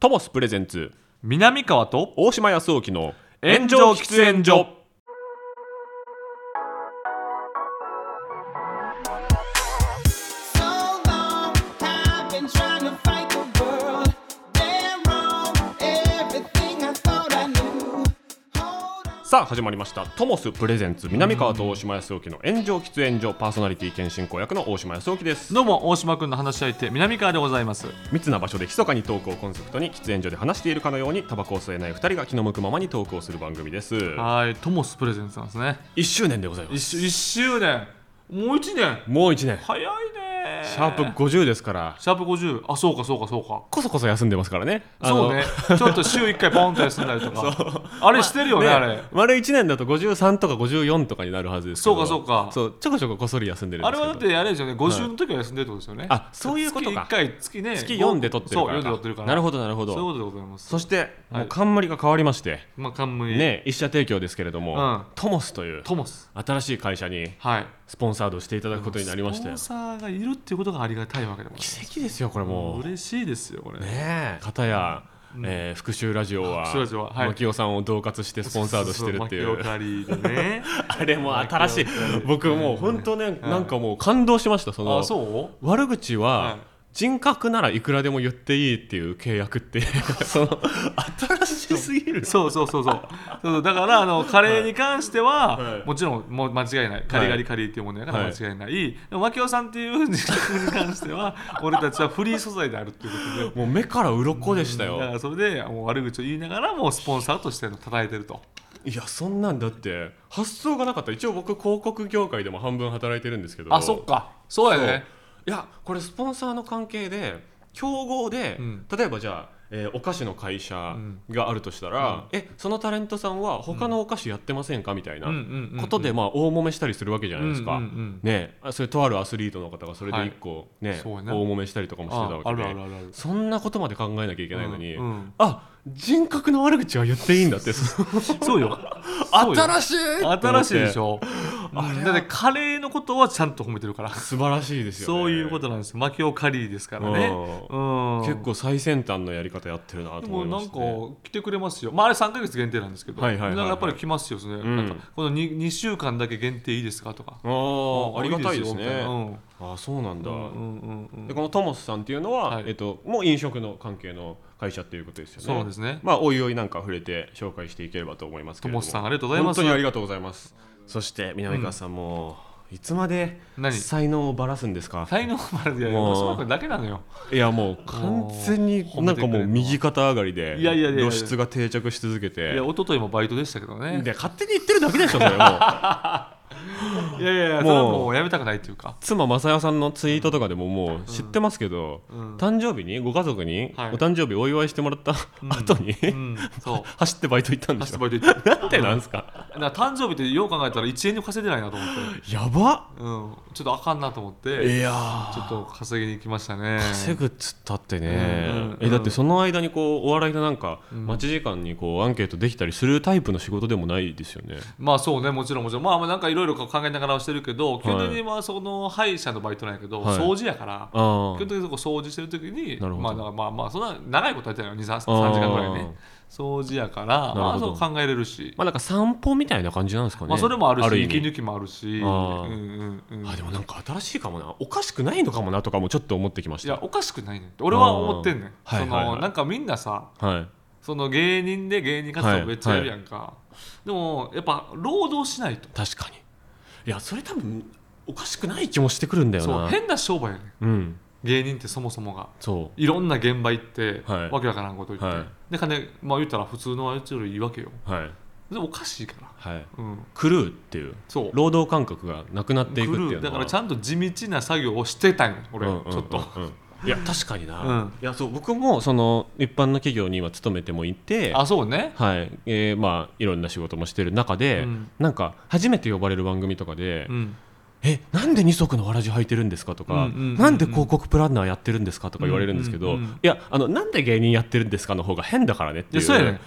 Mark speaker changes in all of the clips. Speaker 1: トモスプレゼンツ
Speaker 2: 南川と
Speaker 1: 大島康雄の
Speaker 2: 炎上喫煙所
Speaker 1: さあ始まりましたトモスプレゼンツ南川と大島康雄の炎上喫煙所パーソナリティ兼進行役の大島康雄です
Speaker 2: どうも大島君の話し相手南川でございます
Speaker 1: 密な場所で密かにトークをコンセプトに喫煙所で話しているかのようにタバコを吸えない2人が気の向くままにトークをする番組です
Speaker 2: はいトモスプレゼンツなんですね
Speaker 1: 1周年でございま
Speaker 2: 一
Speaker 1: す
Speaker 2: 周一周年もう一年
Speaker 1: もう1年
Speaker 2: 早いね
Speaker 1: シャープ50ですから
Speaker 2: シャープ50あそうかそうかそうか
Speaker 1: こそこそ休んでますからねあの
Speaker 2: そうねちょっと週1回ポンと休んだりと かあれしてるよねあれ
Speaker 1: ね丸1年だと53とか54とかになるはずですけど
Speaker 2: そうかそうか
Speaker 1: そうちょこちょここっそり休んでるん
Speaker 2: あ
Speaker 1: です
Speaker 2: れ
Speaker 1: けど
Speaker 2: はだってあれですよね50の時は休んでるってことですよね
Speaker 1: あそういうことか
Speaker 2: 月1回月ね
Speaker 1: 月4で撮ってるから
Speaker 2: そう4で撮ってるから
Speaker 1: なるほどなるほ
Speaker 2: そういう
Speaker 1: ど
Speaker 2: ことでございます
Speaker 1: そして
Speaker 2: はい
Speaker 1: もう冠が変わりまして、
Speaker 2: まあ冠
Speaker 1: ね一社提供ですけれども、
Speaker 2: うん
Speaker 1: トモスという
Speaker 2: トモス
Speaker 1: 新しい会社に
Speaker 2: はい
Speaker 1: スポンサードしていただくことになりましたよ
Speaker 2: スポンサーがいるっていうことがありがたいわけでもない
Speaker 1: 奇跡ですよこれもうね
Speaker 2: 嬉しいですよこれ、
Speaker 1: え片や、えー復讐ラジオは
Speaker 2: 復讐ラジオははい
Speaker 1: 牧雄さんを恫喝してスポンサードしてるってい
Speaker 2: そうそ巻きおかりでね
Speaker 1: あれも新しい僕もう本当ね、なんかもう感動しま したその
Speaker 2: あそう
Speaker 1: 悪口
Speaker 2: はい
Speaker 1: は人格ならいくらでも言っていいっていう契約って その新しすぎる
Speaker 2: そうそうそうそうそうそうだからあのカレーに関しては、
Speaker 1: はい
Speaker 2: もちろんもう間違いないカリガリカリーっていうものやから
Speaker 1: はい
Speaker 2: 間違いない、でもマキオさんっていう人格に関しては 俺たちはフリー素材であるっていうこと
Speaker 1: も
Speaker 2: で
Speaker 1: う目から鱗でした
Speaker 2: だか
Speaker 1: よ
Speaker 2: らそれでもう悪口を言いながらもうスポンサーとしての叩いてると
Speaker 1: いやそんなんだって発想がなかった一応僕広告業界でも半分働いてるんですけど
Speaker 2: あそっかそうやね
Speaker 1: いやこれスポンサーの関係で競合で、
Speaker 2: うん
Speaker 1: 例えばじゃあ、えーお菓子の会社があるとしたら、えそのタレントさんは他のお菓子やってませんかみたいな
Speaker 2: うんうんうんうん
Speaker 1: ことでまあ大揉めしたりするわけじゃないですか、
Speaker 2: うんうんうん
Speaker 1: ねあそれとあるアスリートの方がそれで一個、ね
Speaker 2: そうや
Speaker 1: 大
Speaker 2: ね
Speaker 1: 揉めしたりとかもしてたわけで
Speaker 2: ああるあるあるある
Speaker 1: そんなことまで考えなきゃいけないのに、
Speaker 2: うんうん
Speaker 1: あ人格の悪口は言っていいんだってその
Speaker 2: そうよそうよ
Speaker 1: 新しい
Speaker 2: 新しいでし
Speaker 1: ょ
Speaker 2: ょ
Speaker 1: あれは
Speaker 2: だってカレーのことはちゃんと褒めてるから
Speaker 1: 素晴らしいですよね
Speaker 2: そういうことなんですマキオカリーですからねうん
Speaker 1: 結構最先端のやり方やってるなと
Speaker 2: で
Speaker 1: 思
Speaker 2: も
Speaker 1: いま
Speaker 2: なん
Speaker 1: し
Speaker 2: か
Speaker 1: た、ね、
Speaker 2: 来てくれますよ、まあ、あれ3か月限定なんですけど、
Speaker 1: はいはいはいはい
Speaker 2: だからやっぱり来ますよ、ね
Speaker 1: ん
Speaker 2: なんかこの 2, 2週間だけ限定いいですかとか、
Speaker 1: あーありがたいです
Speaker 2: いいです
Speaker 1: ね
Speaker 2: よ
Speaker 1: あーそうなんだ、
Speaker 2: うんうんうんうん
Speaker 1: でこのトモスさんっていうのは、
Speaker 2: はい
Speaker 1: えっと、もう飲食の関係の会社っていうことですよね
Speaker 2: そうですね
Speaker 1: まあおいおいなんか触れて紹介していければと思いますけれども
Speaker 2: トモスさんありがとうございます
Speaker 1: 本当にありがとうございますそして南川さんも、いつまで
Speaker 2: 何
Speaker 1: 才能をばらすんですか
Speaker 2: 才能までやる
Speaker 1: もう
Speaker 2: のそのだけなのよ、
Speaker 1: いやもう完全になんかもう右肩上がりで
Speaker 2: いやいやいやいや
Speaker 1: 露出が定着し続けて
Speaker 2: いや一昨日もバイトでしたけどね、
Speaker 1: で勝手に言ってるだけでしょそれもう
Speaker 2: いやいやいや、それはもうやめたくないっていうか、
Speaker 1: 妻雅代さんのツイートとかでももう知ってますけど、
Speaker 2: うん
Speaker 1: 誕生日にご家族にお
Speaker 2: はい
Speaker 1: 誕生日お祝いしてもらった後に、
Speaker 2: うん、そう、
Speaker 1: 走ってバイト行ったんで
Speaker 2: 走
Speaker 1: す
Speaker 2: って
Speaker 1: よ
Speaker 2: バイト行って、
Speaker 1: なんてなんですか
Speaker 2: だから誕生日ってよう考えたら1円で稼いでないなと思って、
Speaker 1: やば
Speaker 2: うん、ちょっとあかんなと思って、
Speaker 1: いや
Speaker 2: ちょっと稼ぎに行きましたね。
Speaker 1: 稼ぐっつったってね、
Speaker 2: うんうんうん
Speaker 1: えだってその間にこうお笑いのなんか待ち時間にこうアンケートできたりするタイプの仕事でもないですよね、
Speaker 2: まあそうねもちろんもちろんまあまあなんかいろいろ考えながらはしてるけど基本的にまあその歯医者のバイトなんやけど、
Speaker 1: はい
Speaker 2: 掃除やから基
Speaker 1: あ
Speaker 2: 本
Speaker 1: あ
Speaker 2: 的にそこ掃除してる時に
Speaker 1: なるほど
Speaker 2: まあだからまあまあそんな長いことやってないよ23 3時間ぐらいね掃除やから
Speaker 1: ほど
Speaker 2: まあそう考えれるし
Speaker 1: まあなんか散歩みたいな感じなんですかね、
Speaker 2: まあそれもあるし
Speaker 1: 意味
Speaker 2: 息抜きもあるし
Speaker 1: あー
Speaker 2: うんうんうん
Speaker 1: あでもなんか新しいかもなおかしくないのかもなとかもちょっと思ってきまし
Speaker 2: い
Speaker 1: た
Speaker 2: やおかしくないねんって俺は思ってんねん
Speaker 1: あー
Speaker 2: そ
Speaker 1: はいはいは
Speaker 2: の
Speaker 1: い
Speaker 2: なんかみんなさ
Speaker 1: はい
Speaker 2: その芸人で芸人活動めっちゃやるやんかでもやっぱ労働しないと
Speaker 1: 確かにいやそれ多分おかしくない気もしてくるんだよ
Speaker 2: そう
Speaker 1: な
Speaker 2: 変な商売やねん
Speaker 1: うん
Speaker 2: 芸人ってそもそもが
Speaker 1: そう
Speaker 2: いろんな現場行って、
Speaker 1: はい
Speaker 2: わけわからんこと言って、
Speaker 1: は
Speaker 2: で金まあ言ったら普通のあいつよりいいわけよ
Speaker 1: はい
Speaker 2: でもおかしいから
Speaker 1: はい
Speaker 2: うん
Speaker 1: 狂うっていう
Speaker 2: そう
Speaker 1: 労働感覚がなくなっていくっていうのは
Speaker 2: だからちゃんと地道な作業をしてたんよ俺、
Speaker 1: うんうんうんうん
Speaker 2: ちょっと、
Speaker 1: いや確かにな、
Speaker 2: うん
Speaker 1: いやそう僕もその一般の企業に今勤めてもいて
Speaker 2: あそうね
Speaker 1: はいえーまあいろんな仕事もしてる中で、
Speaker 2: うん
Speaker 1: なんか初めて呼ばれる番組とかで
Speaker 2: うん
Speaker 1: えなんで二足のわらじ履いてるんですかとか、
Speaker 2: うんうんうんうん
Speaker 1: なんで広告プランナーやってるんですかとか言われるんですけど、
Speaker 2: うんうんうん
Speaker 1: いやあのなんで芸人やってるんですかの方が変だからねって
Speaker 2: で
Speaker 1: いう
Speaker 2: そうやね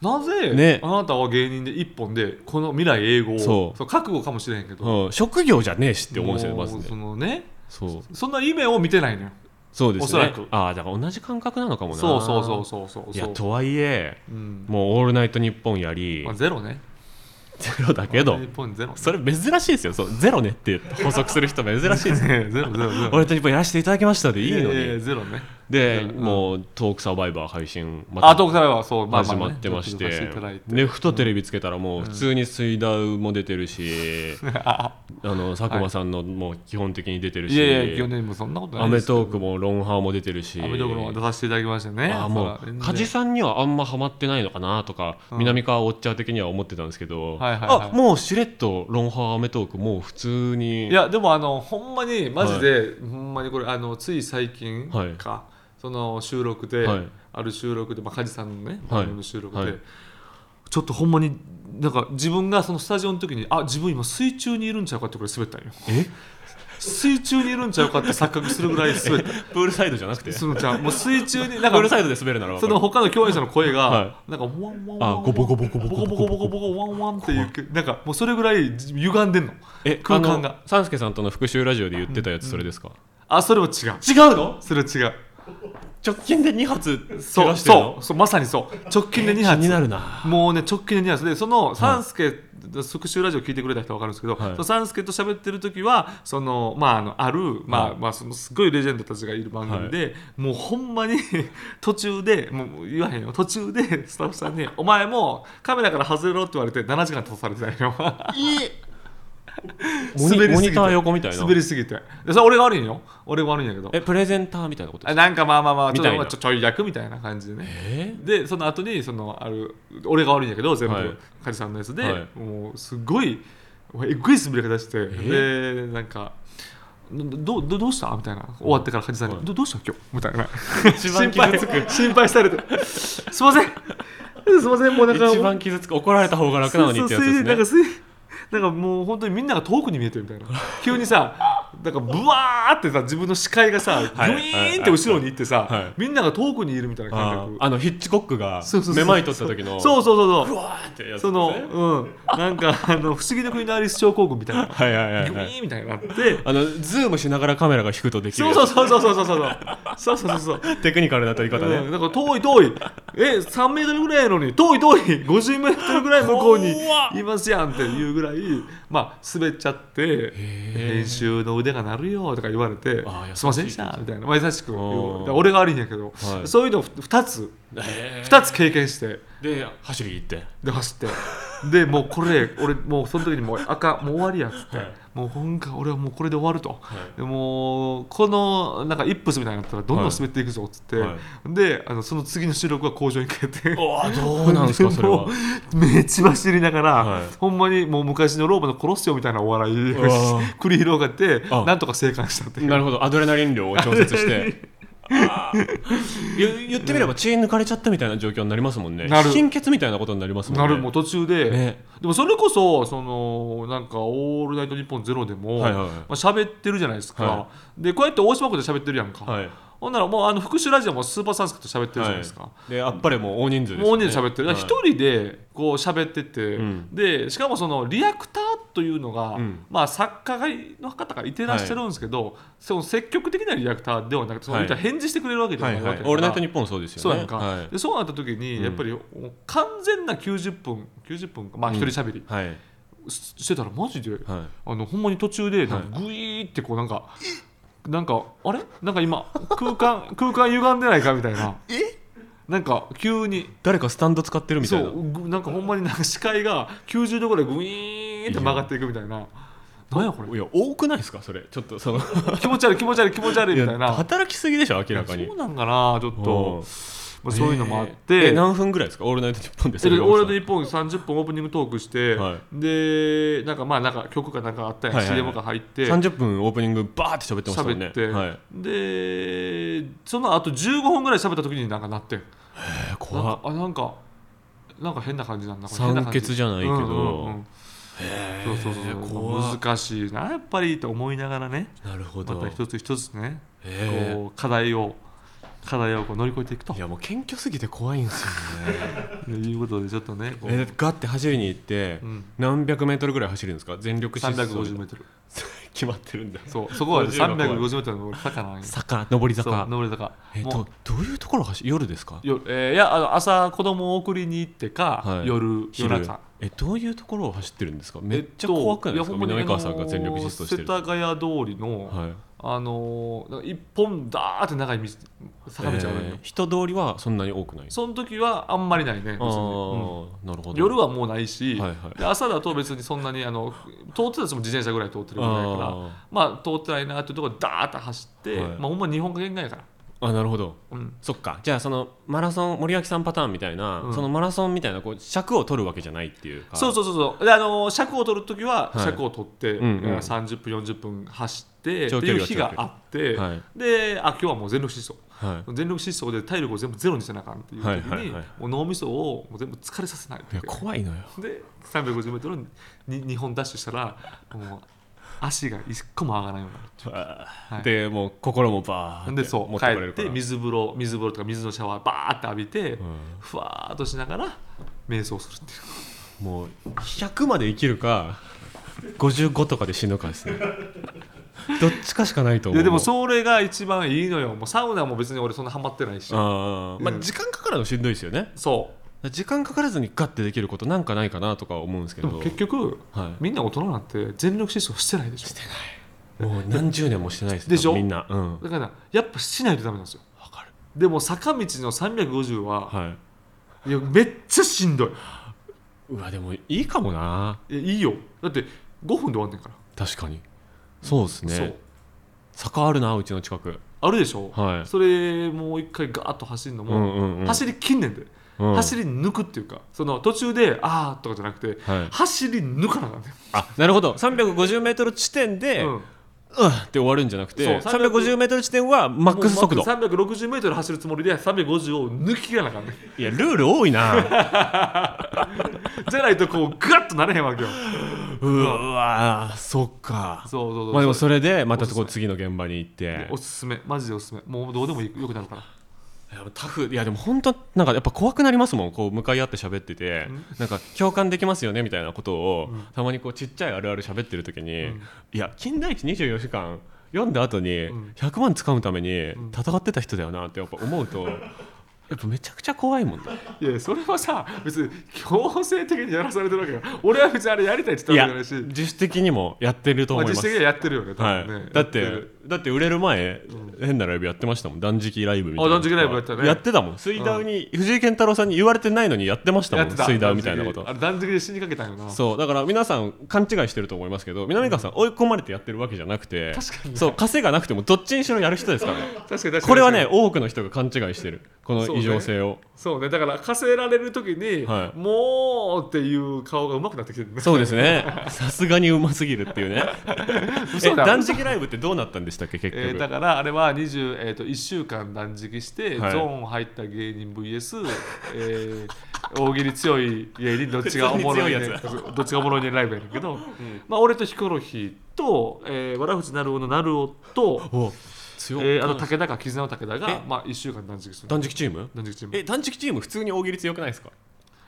Speaker 2: なぜ、
Speaker 1: ね
Speaker 2: あなたは芸人で一本でこの未来英語を
Speaker 1: そう
Speaker 2: 覚悟かもしれへんけど、
Speaker 1: うん職業じゃねえしって思うんですよねま
Speaker 2: もう
Speaker 1: ずね
Speaker 2: そのね
Speaker 1: そう
Speaker 2: そんな夢を見てないのよ
Speaker 1: そうですね
Speaker 2: おそらく
Speaker 1: ああだから同じ感覚なのかもな
Speaker 2: そうそうそうそうそう
Speaker 1: い
Speaker 2: そ
Speaker 1: や
Speaker 2: う
Speaker 1: とはいえ
Speaker 2: うん
Speaker 1: もう「オールナイトニッポン」やり
Speaker 2: まあ、ゼロね
Speaker 1: ゼロだけど
Speaker 2: 日本ゼロ
Speaker 1: それ珍しいですよそうゼロねって補足する人珍しいです よ
Speaker 2: ゼロゼロゼ
Speaker 1: 「
Speaker 2: ロ
Speaker 1: オールナイトニッポン」やらせていただきましたでいいのに
Speaker 2: やややゼロね
Speaker 1: で、
Speaker 2: うん
Speaker 1: もうトークサバイバー配信ま
Speaker 2: あトークサバイバーそうまあまあ
Speaker 1: 始
Speaker 2: ね
Speaker 1: まってまして,、
Speaker 2: ちょっとさせていただいて
Speaker 1: でふとテレビつけたらもう普通に水ダウも出てるし、 あの佐久間さんのもう基本的に出てるし、
Speaker 2: いやいや去年もそんなことな
Speaker 1: ア
Speaker 2: い
Speaker 1: メ
Speaker 2: です
Speaker 1: トークもロンハーも出てるし
Speaker 2: アメトークの方が出させていただきましたね
Speaker 1: ああも
Speaker 2: そうら
Speaker 1: 梶さんにはあんまハマってないのかなとか、
Speaker 2: うん
Speaker 1: 南川ウォッチャー的には思ってたんですけど、
Speaker 2: はいはいはい
Speaker 1: あもうしれっとロンハーアメトークもう普通に
Speaker 2: いやでもあのほんまにマジで、ほんまにこれあのつい最近か、
Speaker 1: はい
Speaker 2: その収録で、
Speaker 1: はい
Speaker 2: ある収録で、まあ、梶さんのね
Speaker 1: はい
Speaker 2: 番組の収録で、
Speaker 1: はい
Speaker 2: ちょっとほんまになんか自分がそのスタジオの時にあ自分今水中にいるんちゃうかってこれ滑ったんよ
Speaker 1: え
Speaker 2: 水中にいるんちゃうかって錯覚するぐらい滑 った
Speaker 1: プールサイドじゃなくてプ
Speaker 2: そのちゃんもう水中になん
Speaker 1: ール
Speaker 2: か
Speaker 1: サイドで滑るならわか
Speaker 2: そ
Speaker 1: る
Speaker 2: の他の共演者の声が、
Speaker 1: は
Speaker 2: なんかワンワンワン
Speaker 1: あゴボゴボゴボゴボ
Speaker 2: ボコボコボコボコワンワンっていうなんかもうそれぐらい歪んでんの
Speaker 1: え
Speaker 2: 空間が
Speaker 1: あの三助さんとの復習ラジオで言ってたやつそれですか、
Speaker 2: あそれは違う
Speaker 1: 違うの
Speaker 2: それは違う
Speaker 1: 直近で2発怪
Speaker 2: そう
Speaker 1: 我してる
Speaker 2: そ
Speaker 1: の
Speaker 2: うそうまさにそう直近で2
Speaker 1: 気に
Speaker 2: 発
Speaker 1: なるな
Speaker 2: もうね直近で2発でその三助復習ラジオ聞いてくれた人は分かるんですけど、
Speaker 1: はい
Speaker 2: その三助と喋ってる時はそのまああのある、まあ
Speaker 1: はい
Speaker 2: まあ、そのすごいレジェンドたちがいる番組で、もうほんまに 途中でもう言わへんよ途中でスタッフさんに「お前もうカメラから外れろ」って言われて7時間立たされてたよ
Speaker 1: モニ
Speaker 2: 滑り
Speaker 1: モ
Speaker 2: す
Speaker 1: ニ
Speaker 2: ぎて
Speaker 1: ター横みたいな
Speaker 2: 滑りすぎてでそれ俺が悪いんよ俺が悪いんやけど
Speaker 1: えプレゼンターみたいなことで
Speaker 2: あ
Speaker 1: すか
Speaker 2: なんかまあまあまあち
Speaker 1: み
Speaker 2: ょ
Speaker 1: たい
Speaker 2: っと
Speaker 1: な
Speaker 2: まあちょちょい役みたいな感じでね
Speaker 1: え
Speaker 2: でその後にそのある俺が悪いんやけど全部、
Speaker 1: はい
Speaker 2: カジさんのやつで、
Speaker 1: は
Speaker 2: もうすごいもうえっぐい滑り方してでなんかどどどうしたみたいな終わってからカジさんに、
Speaker 1: はい
Speaker 2: どどうした今日みたいな
Speaker 1: 一番傷つく
Speaker 2: 心配されてすいませんすいませんもうなんか
Speaker 1: 一番傷つく怒られた方が楽なのにってやつですね
Speaker 2: そうそうなんかすなんかもう本当にみんなが遠くに見えてる みたいな急にさなんかブワーってさ自分の視界がさグイ
Speaker 1: はい
Speaker 2: ーンって後ろに行ってさ、
Speaker 1: はい
Speaker 2: みんなが遠くにいるみたいな感
Speaker 1: あ
Speaker 2: 覚
Speaker 1: ーあのヒッチコックが
Speaker 2: そうそうそ
Speaker 1: め
Speaker 2: う
Speaker 1: まいとった時の
Speaker 2: そうそうそうそう
Speaker 1: うわーってやつですね
Speaker 2: その、うん、なんか、あの、不思議の国のアリス症候群みたいな。
Speaker 1: はいはいはい
Speaker 2: グイ
Speaker 1: はい
Speaker 2: ーンみたいになって。
Speaker 1: あのズームしながらカメラが引くとできる
Speaker 2: そうそうそうそうそうそうそう。そうそうそうそう。
Speaker 1: テクニカルな撮り
Speaker 2: う
Speaker 1: 方ね
Speaker 2: ん、なんか遠い遠いえ三3メートルぐらいやのに遠い遠い50メートルぐらい向こうに
Speaker 1: 怖っ
Speaker 2: いますやんっていうぐらいまあ滑っちゃって編集の腕が鳴るよとか言われて
Speaker 1: あー優しい
Speaker 2: すいませんでしたみたいな、まあ、優しく言
Speaker 1: おー
Speaker 2: うだから俺が悪いんやけど、
Speaker 1: はい
Speaker 2: そういうの2つ
Speaker 1: へー
Speaker 2: 2つ経験して
Speaker 1: で走り行って
Speaker 2: で走ってでもうこれ俺もうその時にもうあかんもう終わりやっつって、
Speaker 1: はい
Speaker 2: もう本か俺はもうこれで終わると、
Speaker 1: はい
Speaker 2: でもうこのなんかイップスみたいになったらどんどん滑っていくぞっつって、
Speaker 1: は
Speaker 2: であのその次の収録は工場に帰って。
Speaker 1: おーどうなんですかそれは
Speaker 2: もうめっちゃ走りながら、
Speaker 1: はい
Speaker 2: ほんまにもう昔のローマのコロッセオみたいなお笑いを
Speaker 1: うわー
Speaker 2: 繰り広がって
Speaker 1: あ
Speaker 2: なんとか生還したっていう
Speaker 1: なるほどアドレナリン量を調節 してあー言言ってみれば血抜かれちゃったみたいな状況になりますもんね
Speaker 2: なる
Speaker 1: 貧血みたいなことになりますもんね
Speaker 2: なるもう途中で、
Speaker 1: ね
Speaker 2: でもそれこそそのなんか「オールナイトニッポンゼロでも、
Speaker 1: はいはいはい
Speaker 2: まあ喋ってるじゃないですか、
Speaker 1: は
Speaker 2: でこうやって大島区で喋ってるやんか、
Speaker 1: はい
Speaker 2: ほんならもうあの復習ラジオもスーパーサンスケと喋ってるじゃないですか、
Speaker 1: はいであっぱれもう大人数です、ね、
Speaker 2: もう大人数で喋ってるだから
Speaker 1: はい
Speaker 2: 一、人でこう喋ってて、
Speaker 1: うん
Speaker 2: でしかもそのリアクターというのが、
Speaker 1: うん
Speaker 2: まあ、作家がいの方がいてらっしゃるんですけど、その積極的なリアクターではなくてその
Speaker 1: はい
Speaker 2: 言ったら返事してくれるわけでは
Speaker 1: は
Speaker 2: ない
Speaker 1: い
Speaker 2: わ
Speaker 1: は
Speaker 2: け
Speaker 1: い
Speaker 2: だ、か
Speaker 1: オ
Speaker 2: ら
Speaker 1: ールナイトニッポンそうですよね
Speaker 2: そうやんか、
Speaker 1: はい、
Speaker 2: でそうなった時に
Speaker 1: うん
Speaker 2: やっぱりお完全な90分90分かまあ
Speaker 1: うん
Speaker 2: 一人喋り
Speaker 1: はい
Speaker 2: ししてたらマジで、
Speaker 1: はい
Speaker 2: あのほんまに途中でなん
Speaker 1: は
Speaker 2: かグイーってこうなんか、なんかあれなんか今空間 空間歪んでないかみたいななんか急に
Speaker 1: 誰かスタンド使ってるみた
Speaker 2: そ
Speaker 1: いな
Speaker 2: うぐなんかほんまになんか視界が90度ぐらいグイーンって曲がっていくみたいななんやこれ
Speaker 1: いや多くないですかそれちょっとその
Speaker 2: 気持ち悪い気持ち悪い気持ち悪いみたい
Speaker 1: いや
Speaker 2: な
Speaker 1: 働きすぎでしょ明らかに
Speaker 2: そうなんかなちょっと、まあ、そういうのもあっ
Speaker 1: えーえ
Speaker 2: て、
Speaker 1: 何分ぐらいですかオールナイトニッポンでそれ
Speaker 2: で
Speaker 1: が
Speaker 2: 俺と一本30分オープニングトークして、
Speaker 1: は
Speaker 2: でなんかまあなんか曲かなんかあったやん、
Speaker 1: はいはいはい
Speaker 2: CM が入って
Speaker 1: 30分オープニングバーって喋ってましたもんね
Speaker 2: 喋って、
Speaker 1: はい、
Speaker 2: でその後15分ぐらい喋った時になんかなってん
Speaker 1: えー
Speaker 2: なん
Speaker 1: 怖っ
Speaker 2: かあなんかなんか変な感じなんだこれ変な
Speaker 1: 酸
Speaker 2: 感じ
Speaker 1: 欠じゃないけど、
Speaker 2: そうそうそう
Speaker 1: 怖っ
Speaker 2: 難しいなやっぱりと思いながらね
Speaker 1: なるほ
Speaker 2: ま
Speaker 1: ど、
Speaker 2: た一つ一つね、
Speaker 1: えー
Speaker 2: こう課題を課題をこう乗り越えていくと
Speaker 1: いやもう謙虚すぎて怖いんですよね
Speaker 2: いうことでちょっとねこう
Speaker 1: えガッて走りに行って、
Speaker 2: うん
Speaker 1: 何百メートルぐらい走るんですか全力疾走
Speaker 2: 350m
Speaker 1: 決まってるんだ
Speaker 2: そうそこは
Speaker 1: 50が怖い
Speaker 2: 350m の坂なんよ
Speaker 1: 坂上り
Speaker 2: そう
Speaker 1: 坂
Speaker 2: 上り坂
Speaker 1: えっ
Speaker 2: もう
Speaker 1: とどういうところ走夜ですか
Speaker 2: よえーいやあの朝子供を送りに行ってか、
Speaker 1: はい
Speaker 2: 夜
Speaker 1: 昼
Speaker 2: 夜中
Speaker 1: えどういうところを走ってるんですかめっちゃ怖くないですか、
Speaker 2: やほんまに
Speaker 1: 南川さんが全力疾走してる
Speaker 2: あのー世田谷通りの、
Speaker 1: はい
Speaker 2: あのーなんか一本だーって長い道坂道があるん
Speaker 1: え
Speaker 2: よ、
Speaker 1: ー人通りはそんなに多くない
Speaker 2: その時はあんまりないね別
Speaker 1: あ
Speaker 2: に
Speaker 1: ーなる
Speaker 2: う
Speaker 1: ほど
Speaker 2: ん夜はもうないし、
Speaker 1: はいはい
Speaker 2: で朝だと別にそんなにあの通ってた人も自転車ぐらい通ってるぐらいだから
Speaker 1: あ
Speaker 2: まあ通ってないなっていうところダーッと走って、
Speaker 1: はい
Speaker 2: まあ、ほんま日本が限界やから、
Speaker 1: ーあなるほど
Speaker 2: うん、
Speaker 1: そっかじゃあそのマラソン森脇さんパターンみたいな、
Speaker 2: うん
Speaker 1: そのマラソンみたいなこう尺を取るわけじゃないっていうか
Speaker 2: そう
Speaker 1: う
Speaker 2: そうそうそうであの尺を取る時は
Speaker 1: はい
Speaker 2: 尺を取って、
Speaker 1: うんうん
Speaker 2: 30分40分走ってって
Speaker 1: 長距離
Speaker 2: い
Speaker 1: は
Speaker 2: う日があって、
Speaker 1: はい
Speaker 2: であ今日はもう全力疾走
Speaker 1: は
Speaker 2: 全力疾走で体力を全部ゼロにせなあかんっていう時に、
Speaker 1: はいはいはい
Speaker 2: もう脳みそをもう全部疲れさせない
Speaker 1: いいや怖いのよ
Speaker 2: で 350m に2本ダッシュしたらもう足が一個も上がらないようになるい
Speaker 1: でもう心もバーって
Speaker 2: でそう
Speaker 1: 持って
Speaker 2: 帰
Speaker 1: これ
Speaker 2: っ
Speaker 1: るか
Speaker 2: て
Speaker 1: ら
Speaker 2: 水風呂水風呂とか水のシャワーバーって浴びて、
Speaker 1: ん
Speaker 2: ふわーっとしながら瞑想するっていう
Speaker 1: もう100まで生きるか55とかで死ぬかです ねどっちかしかないと
Speaker 2: い
Speaker 1: 思う
Speaker 2: やでもそれが一番いいのよもうサウナも別に俺そんなハマってないし
Speaker 1: あー、ま
Speaker 2: う
Speaker 1: あ、
Speaker 2: ん
Speaker 1: 時間かかるのしんどいですよね
Speaker 2: そ
Speaker 1: 時間かからずにガッてできることなんかないかなとか思うんです
Speaker 2: う
Speaker 1: け
Speaker 2: で
Speaker 1: ど
Speaker 2: も結局、
Speaker 1: はい
Speaker 2: みんな大人になって全力疾走してないでしょ
Speaker 1: もう何十年もしてないです
Speaker 2: でしょ
Speaker 1: みんなうんわ
Speaker 2: だからやっぱしないとダメなんですよ
Speaker 1: かる
Speaker 2: でも坂道の350は、
Speaker 1: はい
Speaker 2: い、やめっちゃしんどいう
Speaker 1: わでもいいかもない
Speaker 2: やいいよだって5分で終わんねんから、
Speaker 1: 確かにそうです
Speaker 2: そう
Speaker 1: ね坂あるなうちの近く
Speaker 2: あるでしょ、
Speaker 1: はい
Speaker 2: それもう一回ガーッと走るの
Speaker 1: う
Speaker 2: も、
Speaker 1: んうんうん
Speaker 2: 走りきんねんで、
Speaker 1: うん
Speaker 2: 走り抜くっていうかその途中でああとかじゃなくて、
Speaker 1: はい
Speaker 2: 走り抜かなあかんねん
Speaker 1: あなるほど 350m 地点で
Speaker 2: うん
Speaker 1: うんって終わるんじゃなくて
Speaker 2: そう350
Speaker 1: 350m 地点はマックス速度
Speaker 2: 3 6 0ル走るつもりで350を抜きがなあかんねん
Speaker 1: いやルール多いな
Speaker 2: じゃないとこうガッとなれへんわけよ
Speaker 1: うわそっか
Speaker 2: そうそうそう
Speaker 1: まあでもそれでまたこう
Speaker 2: おす
Speaker 1: 次の現場に行って
Speaker 2: おすすめマジでおすすめもうどうでもよくなるから
Speaker 1: いやタフいやでも本当なんかやっぱ怖くなりますもんこう向かい合って喋ってて
Speaker 2: うん
Speaker 1: なんか共感できますよねみたいなことを
Speaker 2: うん
Speaker 1: たまにこうちっちゃいあるある喋ってる時に、
Speaker 2: うん
Speaker 1: いや金田一24時間読んだ後に
Speaker 2: ん
Speaker 1: 100万掴むために
Speaker 2: ん
Speaker 1: 戦ってた人だよなってやっぱ思う とやっぱめちゃくちゃ怖いもんだ
Speaker 2: いやそれはさ別に強制的にやらされてるわけよ俺は別にあれやりたいって
Speaker 1: い
Speaker 2: 言った
Speaker 1: や
Speaker 2: わけじゃないし
Speaker 1: 自主的にもやってると
Speaker 2: まあ
Speaker 1: 思います、
Speaker 2: 実質的にはやってるよね多分ね、
Speaker 1: はい、だって
Speaker 2: やる
Speaker 1: だって売れる前、変なライブやってましたもん断食ライブみたいな
Speaker 2: あ断食ライブやったね
Speaker 1: やってたもん水ダウに、藤井健太郎さんに言われてないのにやってましたも
Speaker 2: や
Speaker 1: ん
Speaker 2: ってた
Speaker 1: 水ダウみたいなこと
Speaker 2: 断食あれ断食で死にかけたんよな
Speaker 1: そうだから皆さん勘違いしてると思いますけど南川さん追い込まれてやってるわけじゃなくて
Speaker 2: 確かに
Speaker 1: そう稼がなくてもどっちにしろやる人ですからね
Speaker 2: 確かに確かに
Speaker 1: これはね多くの人が勘違いしてるこの異常性を
Speaker 2: そうねだから稼いられる時に、
Speaker 1: はい
Speaker 2: もうっていう顔がうまくなってきてるね
Speaker 1: そうです ね さすがにうますぎるっていうねえ
Speaker 2: 嘘だ
Speaker 1: 断食ライブってどうなったんでしたっけ結局、
Speaker 2: えーだからあれは20、えー、と1週間断食して、
Speaker 1: はい
Speaker 2: ゾーン入った芸人 VS、えー大喜利強い芸人どっちがおもろいね
Speaker 1: 普通に
Speaker 2: どっちがおもろいねライブやねんけど、まあ、俺とヒコロヒーと、えー、わらふじなるおのなるおと、
Speaker 1: お
Speaker 2: え
Speaker 1: 強っ
Speaker 2: ーあの武田か絆の武田が、まあ、1週間断食する
Speaker 1: 断食チーム
Speaker 2: 断食チーム
Speaker 1: え断食チーム普通に大喜利強くないですか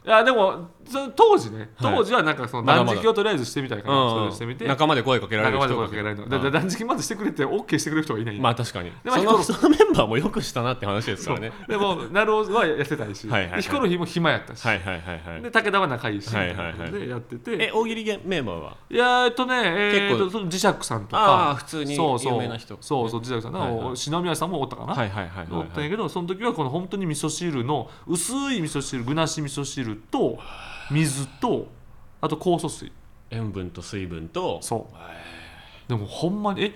Speaker 2: いやでもその当時ね
Speaker 1: はい
Speaker 2: 当時はなんかその
Speaker 1: まだま
Speaker 2: 断
Speaker 1: だ
Speaker 2: 食をとりあえずしてみたいから、それをしてみて
Speaker 1: 仲間で声かけられる
Speaker 2: 仲
Speaker 1: 人
Speaker 2: 間で声かけられるのだから断食まずしてくれて OK してくれる人がいない
Speaker 1: まあ確かに
Speaker 2: でま
Speaker 1: そ
Speaker 2: あヒコ
Speaker 1: の
Speaker 2: ロ
Speaker 1: そのメンバーもよくしたなって話ですからね
Speaker 2: でも、なるおは痩せたいし、
Speaker 1: はいはいはい
Speaker 2: でヒコロヒーも暇やったし、
Speaker 1: はいはいはいはい
Speaker 2: で武田は仲いいし、
Speaker 1: はいはいはい
Speaker 2: でやってて、
Speaker 1: え大喜利ゲメンバーはい
Speaker 2: やーえっとね、えー、
Speaker 1: 結構
Speaker 2: とその磁石さんと
Speaker 1: あー
Speaker 2: か、
Speaker 1: 普通に
Speaker 2: そうそう
Speaker 1: 有名な人
Speaker 2: そうそう、磁石さん、だから
Speaker 1: はいはい
Speaker 2: 篠宮さんもおったかな、
Speaker 1: はいはいはいはい
Speaker 2: おったんやけど、その時はこの本当に味噌汁の薄い味噌汁、具なし味噌汁と水と、あと酵素水、
Speaker 1: 塩分と水分と
Speaker 2: そう。でも、ほんまに、え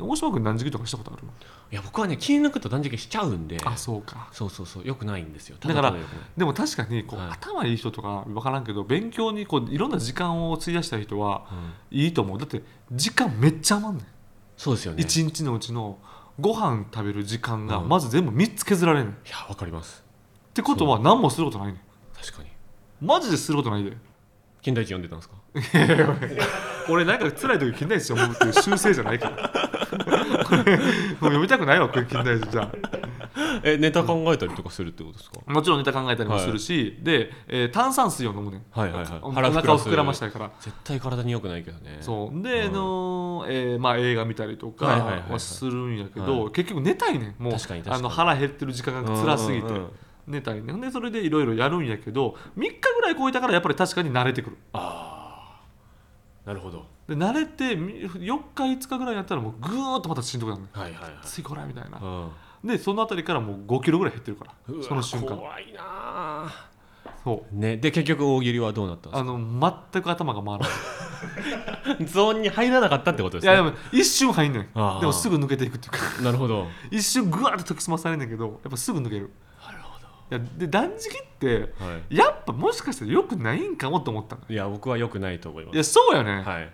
Speaker 2: 大島君、断食とかしたことある
Speaker 1: いや僕はね気抜くと断食しちゃうんで
Speaker 2: あ、そうか。
Speaker 1: そうそうそうよくないんですよ
Speaker 2: だから
Speaker 1: た良くない
Speaker 2: でも確かにこう、
Speaker 1: はい
Speaker 2: 頭いい人とか分からんけど勉強にこういろんな時間を費やしたい人は、いいと思うだって時間めっちゃ余んね
Speaker 1: そうですよ
Speaker 2: ん
Speaker 1: ね
Speaker 2: 一、日のうちのご飯食べる時間が
Speaker 1: うん
Speaker 2: まず全部3つ削られるねんっ
Speaker 1: いやわかります
Speaker 2: てことは何もすることないね
Speaker 1: 確かに
Speaker 2: んマジですることないで
Speaker 1: 金田一読んでたんですか
Speaker 2: 俺なんか辛い時気ないですよもうっていう修正じゃないから 読みたくないわこれ近代史じゃ
Speaker 1: えネタ考えたりとかするってことですか、
Speaker 2: あもちろんネタ考えたりもするし、で、えー炭酸水を飲むねん
Speaker 1: はいはいはい
Speaker 2: おお
Speaker 1: 腹
Speaker 2: 腹
Speaker 1: 膨らす
Speaker 2: を膨らましたいから
Speaker 1: 絶対体に良くないけどね
Speaker 2: そうで、
Speaker 1: うん
Speaker 2: あのーえーまあ、映画見たりとか
Speaker 1: はいはいはいはい
Speaker 2: はするんやけど、
Speaker 1: は
Speaker 2: 結局寝たいねんもう
Speaker 1: 確かに確かに
Speaker 2: あの腹減ってる時間が辛すぎて、
Speaker 1: うんうんうん
Speaker 2: 寝たいねんでそれでいろいろやるんやけど3日ぐらい超えたからやっぱり確かに慣れてくる
Speaker 1: ああなるほど
Speaker 2: で慣れてみ4日5日ぐらいやったらもうぐーっとまたしんどくなるねん
Speaker 1: はいはいはい
Speaker 2: ついこらみたいな
Speaker 1: うん
Speaker 2: でそのあたりからもう5キロぐらい減ってるから
Speaker 1: うわ
Speaker 2: その瞬間
Speaker 1: 怖いなあ
Speaker 2: そう
Speaker 1: ねで結局大喜利はどうなったんで
Speaker 2: あの全く頭が回ら ない
Speaker 1: すかゾーンに入らなかったってことで
Speaker 2: い
Speaker 1: す
Speaker 2: やで
Speaker 1: ね
Speaker 2: も一瞬入んねんで
Speaker 1: あー
Speaker 2: もすぐ抜けていくっていうか
Speaker 1: なるほど
Speaker 2: 一瞬ぐわーって解き澄まされんねんけどやっぱすぐ抜ける
Speaker 1: なるほど
Speaker 2: いやで断食って
Speaker 1: は
Speaker 2: やっぱもしかしたらよくないんかもと思ったの
Speaker 1: いいや僕は良くないと思いま
Speaker 2: い
Speaker 1: す
Speaker 2: やそうよね、
Speaker 1: はい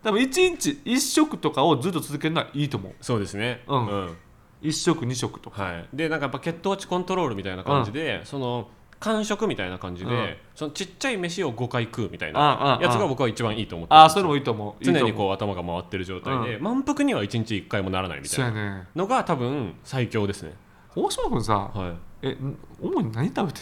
Speaker 2: 多分1日1食とかをずっと続けるのはいいと思う
Speaker 1: そうですね
Speaker 2: うん
Speaker 1: うん
Speaker 2: 1食2食とか
Speaker 1: はい、でなんかやっぱ血糖値コントロールみたいな感じで、その間食みたいな感じで、
Speaker 2: うん
Speaker 1: そのちっちゃい飯を5回食うみたい
Speaker 2: あああ
Speaker 1: な
Speaker 2: あ
Speaker 1: やつが僕は一番いいと思って
Speaker 2: ああ
Speaker 1: ます
Speaker 2: それもいいと思う
Speaker 1: 常
Speaker 2: い
Speaker 1: に
Speaker 2: いと思
Speaker 1: こう頭が回ってる状態で、満腹には1日1回もならないみた
Speaker 2: そう
Speaker 1: い
Speaker 2: や
Speaker 1: な
Speaker 2: ね
Speaker 1: のが多分最強ですね、
Speaker 2: 大島君さ
Speaker 1: は
Speaker 2: えん主に何食べ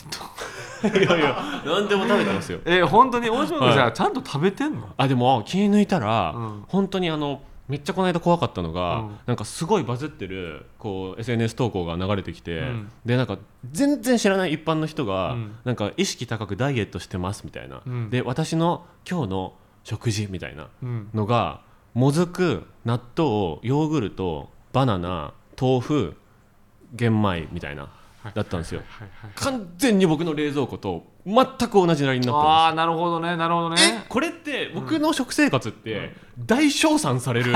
Speaker 2: てんの
Speaker 1: い、いやいや何でも食べてますよ
Speaker 2: え本当に大島君さ、
Speaker 1: は
Speaker 2: ちゃんと食べてんの
Speaker 1: あでも気抜いたら、
Speaker 2: うん
Speaker 1: 本当にあのめっちゃこの間怖かったのが、
Speaker 2: うん
Speaker 1: なんかすごいバズってるこう SNS 投稿が流れてきて、
Speaker 2: うん
Speaker 1: でなんか全然知らない一般の人が、
Speaker 2: うん
Speaker 1: なんか意識高くダイエットしてますみたいな、
Speaker 2: うん
Speaker 1: で私の今日の食事みたいな
Speaker 2: うん
Speaker 1: のがもずく納豆ヨーグルトバナナ豆腐玄米みたいなだったんですよ
Speaker 2: はいはい
Speaker 1: 完全に僕の冷蔵庫と全く同じラインナップなんですよ
Speaker 2: ああなるほどねなるほど
Speaker 1: え
Speaker 2: ね
Speaker 1: これって僕の食生活って大称賛され る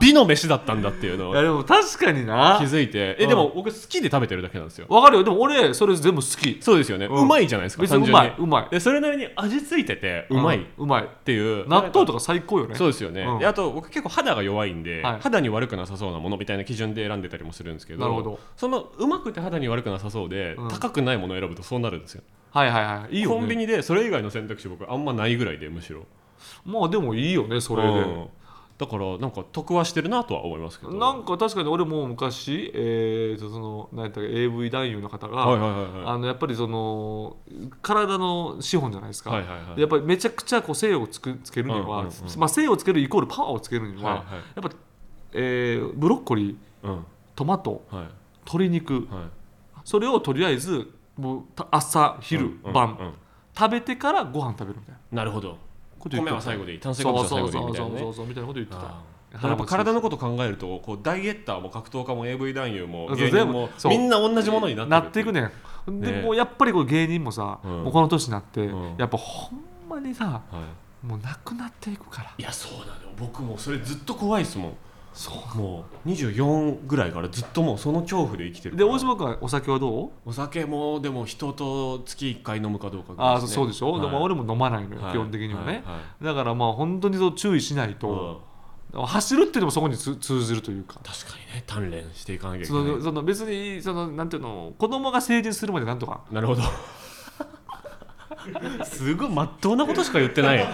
Speaker 1: 美の飯だったんだっていうの
Speaker 2: い
Speaker 1: を
Speaker 2: やでも確かにな
Speaker 1: 気づいて
Speaker 2: う
Speaker 1: え
Speaker 2: ん
Speaker 1: でも僕好きで食べてるだけなんですよ
Speaker 2: わかるよでも俺それ全部好き
Speaker 1: そうですよね
Speaker 2: うん
Speaker 1: うまいじゃないですか
Speaker 2: 別にうまいうまい
Speaker 1: でそれなりに味付いててうまいっ
Speaker 2: んうまい
Speaker 1: ていう
Speaker 2: 納豆と
Speaker 1: か
Speaker 2: か最高よね
Speaker 1: そうですよね
Speaker 2: うん
Speaker 1: であと僕結構肌が弱いんで
Speaker 2: はい
Speaker 1: 肌に悪くなさそうなものみたいな基準で選んでたりもするんですけ
Speaker 2: なるほど
Speaker 1: どそのうまくて肌に悪くなさそうで
Speaker 2: うん
Speaker 1: 高くないものを選ぶとそうなるんですよ
Speaker 2: はいはいはいいいよね
Speaker 1: コンビニでそれ以外の選択肢僕あんまないぐらいでむしろ
Speaker 2: まあでもいいよねそれ
Speaker 1: うんだからなんか得はしてるなとは思いますけど
Speaker 2: でなんか確かに俺も昔えーとその何やったっけ AV 男優の方が、
Speaker 1: はいはいはいはい
Speaker 2: あのやっぱりその体の資本じゃないですか、
Speaker 1: はいはいはい
Speaker 2: でやっぱりめちゃくちゃこう精をつくつけるには、
Speaker 1: うんうんうん
Speaker 2: まあ、精をつけるイコールパワーをつけるには、
Speaker 1: はいはい
Speaker 2: やっぱ、えーブロッコリー
Speaker 1: うん
Speaker 2: トマト
Speaker 1: はい
Speaker 2: 鶏肉
Speaker 1: はい
Speaker 2: それをとりあえずもうた朝昼、
Speaker 1: うんうん
Speaker 2: 晩、
Speaker 1: うん
Speaker 2: 食べてからご飯食べるみたいな
Speaker 1: なるほど
Speaker 2: こと言っ
Speaker 1: 米
Speaker 2: てた
Speaker 1: は最後でいい炭水化物
Speaker 2: そ
Speaker 1: は
Speaker 2: う
Speaker 1: 最
Speaker 2: そう
Speaker 1: 後でいい
Speaker 2: そ
Speaker 1: み
Speaker 2: う
Speaker 1: たい
Speaker 2: そ
Speaker 1: な
Speaker 2: うそう
Speaker 1: ね
Speaker 2: そうみたいなこと言ってた
Speaker 1: あーだからやっぱ体のこと考えるとこうダイエッターも格闘家も AV 男優も
Speaker 2: そう
Speaker 1: 芸人も
Speaker 2: 全部そう
Speaker 1: みんな同じものにな
Speaker 2: な
Speaker 1: っ
Speaker 2: って
Speaker 1: て
Speaker 2: い
Speaker 1: る
Speaker 2: くねんで
Speaker 1: ね
Speaker 2: もうやっぱりこう芸人もさ、
Speaker 1: うん
Speaker 2: もうこの年になって、
Speaker 1: うん
Speaker 2: やっぱほんまにさ
Speaker 1: は
Speaker 2: もうなくなっていくから
Speaker 1: いいやそうなのよ僕もそれずっと怖いですもん
Speaker 2: そ
Speaker 1: もう24ぐらいからずっともうその恐怖で生きてる
Speaker 2: で
Speaker 1: から
Speaker 2: 大島君はお酒はどう
Speaker 1: お酒もでも人と月1回飲むかどうかぐらい
Speaker 2: ああそうでしょ、
Speaker 1: はい
Speaker 2: でも俺も飲まないのよ、
Speaker 1: はい
Speaker 2: 基本的にはね、
Speaker 1: いはい
Speaker 2: だからまあ本当にそう注意しないと、走るっていうのもそこにつ通ずるというか
Speaker 1: 確かにね鍛錬していかなきゃいけ
Speaker 2: その
Speaker 1: な
Speaker 2: その別にそのなんていうの子供が成人するまでなん とか
Speaker 1: いなるほどすごいまっとうなことしか言ってない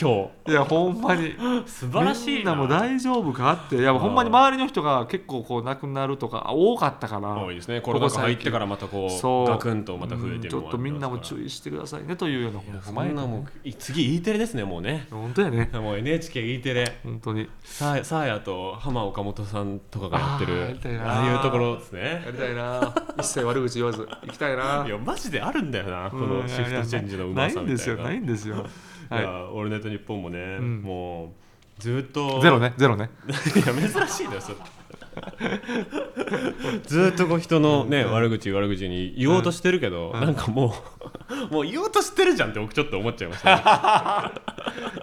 Speaker 1: 今
Speaker 2: いやほんまに
Speaker 1: 日素晴らし
Speaker 2: み
Speaker 1: い
Speaker 2: んな
Speaker 1: な
Speaker 2: もう大丈夫かっていやほんまに周りの人が結構こう亡くなるとか多かったから
Speaker 1: 多いですねコロナ禍入ってからまたこ
Speaker 2: そう
Speaker 1: うガクンとまた増えてる
Speaker 2: うんちょっとみんなも注
Speaker 1: 意
Speaker 2: 意してくださいねというようなこと
Speaker 1: そんなもうい次 E テレですねもうね
Speaker 2: 本当やね
Speaker 1: もう NHKE テレ
Speaker 2: 本当に
Speaker 1: さあさあやと浜岡本さんとかがやって
Speaker 2: あーや
Speaker 1: る
Speaker 2: りたいな
Speaker 1: ああいうところですね
Speaker 2: やりたいな一切悪口言わず行きたいない
Speaker 1: やマジであるんだよなこ
Speaker 2: う
Speaker 1: の
Speaker 2: ん
Speaker 1: シフトチェンジのうまさみたいな
Speaker 2: ないんですよないんですよはいい
Speaker 1: や「オールナイトニッポン」もね、
Speaker 2: ん
Speaker 1: もうずっと
Speaker 2: ゼロねゼロね
Speaker 1: いや珍しいです ずっとこう人のね悪口悪口に言おうとしてるけど、なんかもう もう言おうとしてるじゃんって僕ちょっと思っちゃいましたね、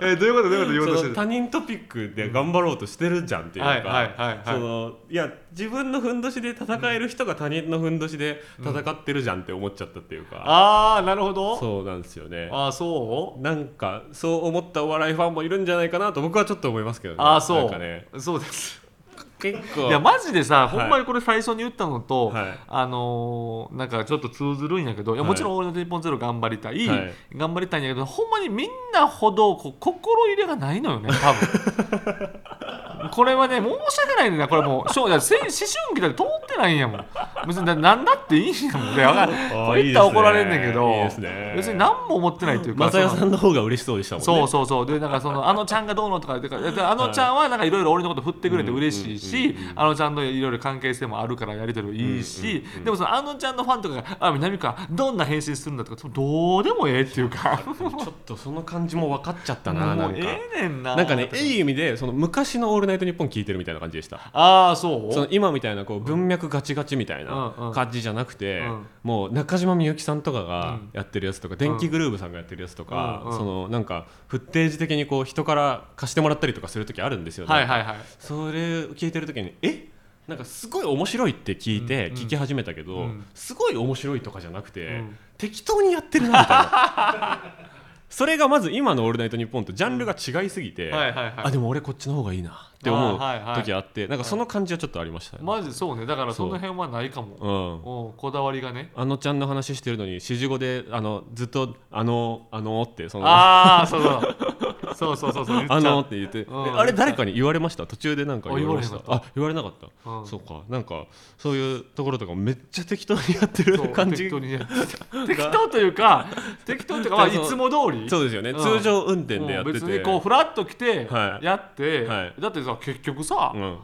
Speaker 2: えーどういうことどういうこと 言おうとし
Speaker 1: そ
Speaker 2: て
Speaker 1: の
Speaker 2: る
Speaker 1: 他人トピックで頑張ろうとしてるじゃんっていうか、
Speaker 2: はいはいはいはい
Speaker 1: そのいや自分のふんどしで戦える人が他人のふんどしで戦ってるじゃんって思っちゃったっていうか、
Speaker 2: ああなるほど
Speaker 1: そうなんですよね
Speaker 2: ああそう
Speaker 1: なんかそう思ったお笑いファンもいるんじゃないかなと僕はちょっと思いますけどね
Speaker 2: ああそ
Speaker 1: な
Speaker 2: うん
Speaker 1: かね
Speaker 2: そうです
Speaker 1: 結構
Speaker 2: いやマジでさ、
Speaker 1: い
Speaker 2: ほんまにこれ最初に言ったのと、
Speaker 1: はい
Speaker 2: あのーなんかちょっと通ずるんやけど、いやもちろん「俺の日本ゼロ頑張りたい、
Speaker 1: はい
Speaker 2: 頑張りたいん やけどほんまにみんなほどこう心入れがないのよね多これはね申し訳ないんだよこれもうしょうだってせ思春期だって通ってないんやもん別にななんだっていいんやもんねわかるこう言ったら怒られんねんけど
Speaker 1: いいですね
Speaker 2: 別に何も思ってないというか
Speaker 1: 松坂さんの方が嬉しそうでしたもんね
Speaker 2: そうそうそうでなんかそのあのちゃんがどうのとか言ってからであのちゃんはなんかいろいろ俺のこと振ってくれて嬉しいしあのちゃんのいろいろ関係性もあるからやり取りもいいしでもそのあのちゃんのファンとかが「あ南川どんな返信するんだ」とかどうでもええっていうか
Speaker 1: ちょっとその感じも分かっちゃったな
Speaker 2: も
Speaker 1: な
Speaker 2: うん
Speaker 1: か、
Speaker 2: ええねんな
Speaker 1: なんかねいい意味でその昔の「オールナイトニッポン」聞いてるみたいな感じでした
Speaker 2: ああそう
Speaker 1: その今みたいなこう文脈ガチガチみたい
Speaker 2: うんう
Speaker 1: なん感じじゃなくて、
Speaker 2: うん
Speaker 1: もう中島みゆきさんとかが
Speaker 2: うん
Speaker 1: やってるやつとか、電気グルーヴさんがやってるやつとか、
Speaker 2: うんうん
Speaker 1: そのなんかフッテージ的にこう人から貸してもらったりとかする時あるんですよね、
Speaker 2: はいはいはい
Speaker 1: それ聞いてる時にえなんかすごい面白いって聞いて
Speaker 2: うんうん
Speaker 1: 聞き始めたけど、
Speaker 2: うん
Speaker 1: すごい面白いとかじゃなくて、
Speaker 2: うん
Speaker 1: 適当にやってるなみたいな それがまず今の「オールナイトニッポン」とジャンルが違いすぎて、
Speaker 2: はいはいはい
Speaker 1: あでも俺こっちの方がいいなって思う
Speaker 2: あはいはい
Speaker 1: 時あってなんかその感じはちょっとありましたね、
Speaker 2: マジそうねだから
Speaker 1: そ
Speaker 2: そうの辺はないかも
Speaker 1: うん、
Speaker 2: おこだわりがね
Speaker 1: あのちゃんの話してるのに指示語であのずっと「あのあの」ってその「
Speaker 2: ああそうそうそうそうそうそう言っちゃ
Speaker 1: あ
Speaker 2: う
Speaker 1: の」って言ってで
Speaker 2: うん
Speaker 1: あれ誰かに言われました途中でなんか言われました
Speaker 2: あ
Speaker 1: あ言われなかった
Speaker 2: うん
Speaker 1: そうかなんかそういうところとかめっちゃ適当にやってる
Speaker 2: そう
Speaker 1: 感じ
Speaker 2: 適当にやって適当というか 適当というかまあい
Speaker 1: そうそう
Speaker 2: つも通り
Speaker 1: そうですよね、
Speaker 2: うん
Speaker 1: 通常運転
Speaker 2: うん
Speaker 1: でやってて、
Speaker 2: 別にこうフラッと来て
Speaker 1: はい
Speaker 2: やって、
Speaker 1: はい
Speaker 2: だってさ結局さ、
Speaker 1: う
Speaker 2: い
Speaker 1: ん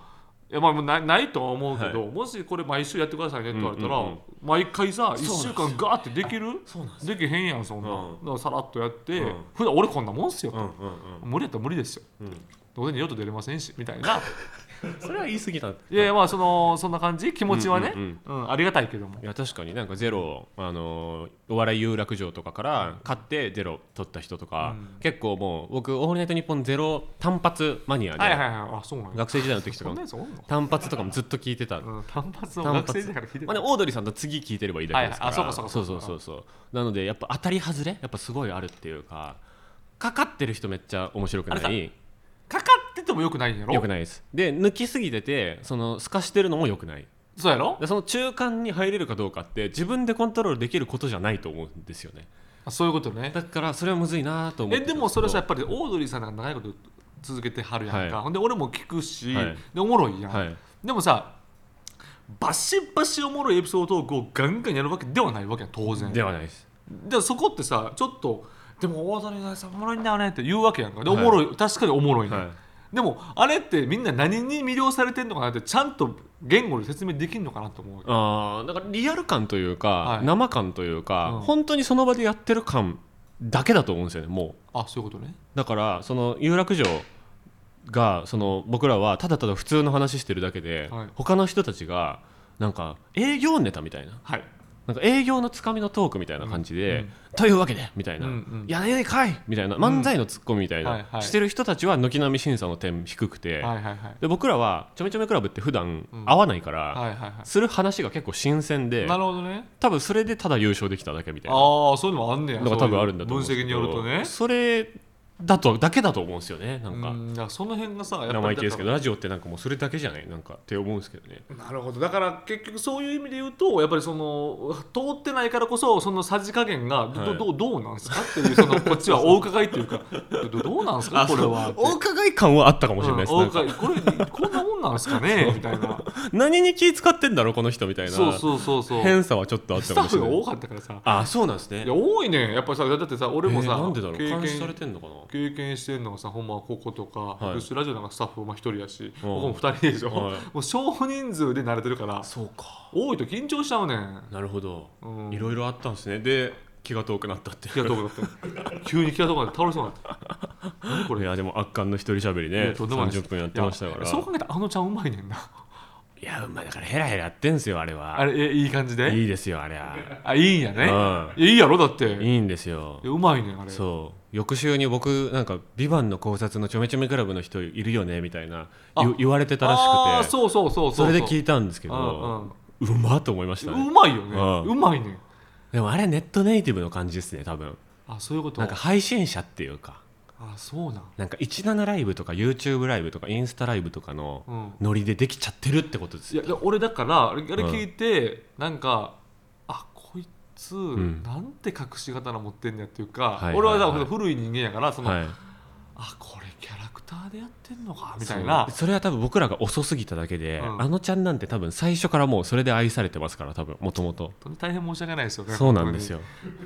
Speaker 2: やまあもうなないとは思うけど、
Speaker 1: は
Speaker 2: もしこれ毎週やってくださいねって言われたら、
Speaker 1: うんうんうん
Speaker 2: 毎回さ
Speaker 1: そうな
Speaker 2: 1
Speaker 1: んです
Speaker 2: 週
Speaker 1: よ
Speaker 2: 間ガーってできる
Speaker 1: そうなんで
Speaker 2: できへんやんそんな、
Speaker 1: うん
Speaker 2: だからさらっとやって、
Speaker 1: うん
Speaker 2: 普段俺こんなもんっすよ
Speaker 1: う、んうん
Speaker 2: 無理やったら無理ですよ
Speaker 1: うんうん
Speaker 2: どうせ二度と出れませんしみたいな
Speaker 1: それは言い過ぎたい
Speaker 2: いやいやまあそのそんな感じ気持ちはね、
Speaker 1: う
Speaker 2: うんん
Speaker 1: うん
Speaker 2: ありがたいけども
Speaker 1: や確かになんかゼロ、あのーお笑い有楽町とかから買ってゼロ取った人とか、
Speaker 2: うん
Speaker 1: 結構もう僕「オールナイトニッポン」ゼロ単発マニアで、
Speaker 2: はいはいはいあそうなんや
Speaker 1: 学生時代の時と
Speaker 2: そ
Speaker 1: か
Speaker 2: んな
Speaker 1: も
Speaker 2: やつおんの、
Speaker 1: 単発とかもずっと聞いてた、
Speaker 2: うん、単発の
Speaker 1: 単発
Speaker 2: 学生時代から聞いてた
Speaker 1: まあね、オードリーさんと次聞いてればいいだけですから、
Speaker 2: はいはいあそうかそう
Speaker 1: そ
Speaker 2: かそうう
Speaker 1: そ
Speaker 2: か
Speaker 1: うそうそうなのでやっぱ当たり外れやっぱすごいあるっていうかかかってる人めっちゃ面白く
Speaker 2: あ
Speaker 1: な
Speaker 2: れ
Speaker 1: い
Speaker 2: かかっててもよくないんやろ
Speaker 1: よくないですで抜きすぎててその透かしてるのもよくない
Speaker 2: そうやろ
Speaker 1: でその中間に入れるかどうかって自分でコントロールできることじゃないと思うんですよね
Speaker 2: あそういうことね
Speaker 1: だからそれはむずいなと思っ
Speaker 2: え
Speaker 1: てた
Speaker 2: で
Speaker 1: ん
Speaker 2: も
Speaker 1: す
Speaker 2: そ
Speaker 1: けど
Speaker 2: れさやっぱりオードリーさんなんか長いこと続けてはるやんか、
Speaker 1: はい
Speaker 2: ほんで俺も聞くし、
Speaker 1: はい
Speaker 2: でおもろいやん、
Speaker 1: はい
Speaker 2: でもさバシバシおもろいエピソードトークをガンガンやるわけではないわけやん当然
Speaker 1: ではないです
Speaker 2: でそこってさちょっとでも大谷さんおもろいんだよねって言うわけやんかで
Speaker 1: は
Speaker 2: お
Speaker 1: い
Speaker 2: もろい、確かにおもろいね、
Speaker 1: は
Speaker 2: でもあれってみんな何に魅了されてんのかなってちゃんと言語で説明できんのかなと思う
Speaker 1: あーだからリアル感というか、
Speaker 2: はい
Speaker 1: 生感というか、
Speaker 2: うん
Speaker 1: 本当にその場でやってる感だけだと思うんですよねもう
Speaker 2: あそういうことね
Speaker 1: だからその有楽町がその僕らはただただ普通の話してるだけで、
Speaker 2: はい
Speaker 1: 他の人たちがなんか営業ネタみたいな
Speaker 2: はい
Speaker 1: なんか営業のつかみのトークみたいな感じで、
Speaker 2: うん
Speaker 1: というわけでみたいな、
Speaker 2: うんうん
Speaker 1: やねえかいみたいな漫才のツッコミみたいな、
Speaker 2: はいはい
Speaker 1: してる人たちは軒並み審査の点低くて、
Speaker 2: はいはいはい
Speaker 1: で僕らはちょめちょめクラブって普段
Speaker 2: うん
Speaker 1: 会わないから、
Speaker 2: はいはいは
Speaker 1: する話が結構新鮮で
Speaker 2: いなるほどね
Speaker 1: 多分それでただ優勝できただけみたいな
Speaker 2: ああそういうのもあんねや
Speaker 1: のが多分あるんだと思うん
Speaker 2: 分
Speaker 1: ですけ
Speaker 2: 析
Speaker 1: ど
Speaker 2: によるとね
Speaker 1: それだとだけだと思うんですよねな
Speaker 2: うん
Speaker 1: か。
Speaker 2: んだからその辺がさやっぱり
Speaker 1: 生意気ですけど
Speaker 2: だか
Speaker 1: ラジオってなんかもうそれだけじゃないなんかって思うんですけどね
Speaker 2: らなるほどだから結局そういう意味で言うとやっぱりその通ってないからこそそのさじ加減がど,、
Speaker 1: はい
Speaker 2: どうどうなんですかっていうそのこっちはお伺いっていうかどどうなんですかこれは
Speaker 1: お伺い感はあったかもしれないです、
Speaker 2: うん
Speaker 1: な
Speaker 2: お
Speaker 1: んか
Speaker 2: 伺いこれこんなもんなんですかねみたいな
Speaker 1: 何に気使ってんだろうこの人みたいな
Speaker 2: そうそうそうそう
Speaker 1: 偏差はちょっとあっ
Speaker 2: ス
Speaker 1: たか
Speaker 2: タッ
Speaker 1: もしれ
Speaker 2: フが
Speaker 1: ない
Speaker 2: 多かったからさ
Speaker 1: あそうなんですね
Speaker 2: いや多いねやっぱりさだってさ俺もさ、
Speaker 1: えーなんでだろう
Speaker 2: 経
Speaker 1: 監視され
Speaker 2: 験
Speaker 1: てんのかな
Speaker 2: 経験してんのがさほんまこことか、
Speaker 1: い
Speaker 2: 福祉ラジオなんかスタッフも1人やし、
Speaker 1: うん
Speaker 2: ここも2人でしょ、
Speaker 1: はい
Speaker 2: もう少人数で慣れてるから
Speaker 1: そうか
Speaker 2: 多いと緊張しちゃうねん
Speaker 1: なるほど、
Speaker 2: うん
Speaker 1: いろいろあったんですねで気が遠くなったってい
Speaker 2: 気が
Speaker 1: う
Speaker 2: 遠くなって 急に気が遠くなって倒れそうになって何こ
Speaker 1: い
Speaker 2: れ
Speaker 1: やでも圧巻の一人喋り
Speaker 2: い
Speaker 1: ね
Speaker 2: やとんでもないです
Speaker 1: 30分やってましたから
Speaker 2: いやそう考えたらあのちゃんうまいねんない
Speaker 1: やうまいだからヘラヘラやってんすよあれは
Speaker 2: あれえいい感じでいい
Speaker 1: いいですよあれは
Speaker 2: あいいんやね、
Speaker 1: う
Speaker 2: いやいいやろだって
Speaker 1: いいんですよ
Speaker 2: いやうまいねんあれ
Speaker 1: そう翌週に僕なんか「ビバンの考察のちょめちょめクラブの人いるよねみたいな
Speaker 2: あ
Speaker 1: 言言われてたら
Speaker 2: あー
Speaker 1: しくて
Speaker 2: そうそうそう
Speaker 1: それで聞
Speaker 2: い
Speaker 1: いたんですけどうまっと思いました
Speaker 2: う
Speaker 1: ね
Speaker 2: まいよね
Speaker 1: うん
Speaker 2: うまいね
Speaker 1: でもあれネットネイティブの感じですね多分
Speaker 2: あそういうこと
Speaker 1: なんか配信者っていうか
Speaker 2: あそうなん
Speaker 1: なんか17ライブとか YouTube ライブとかインスタライブとか
Speaker 2: う
Speaker 1: の
Speaker 2: ん
Speaker 1: ノリでできちゃってるってことです
Speaker 2: いや
Speaker 1: よ
Speaker 2: で俺だからあれあれ聞いて、なんかあこいつ、
Speaker 1: ん
Speaker 2: なんて隠し刀持ってんねやっていうか、
Speaker 1: はいはいはい
Speaker 2: 俺はだから古い人間やからその、
Speaker 1: はい
Speaker 2: あこれキャラクタターでやってんのかみたいな
Speaker 1: そうそれは多分僕らが遅すぎただけで、
Speaker 2: うん
Speaker 1: あのちゃんなんて多分最初からもうそれで愛されてますから多分もともと
Speaker 2: 本当に大変申し訳ないですよね
Speaker 1: そうなんですよ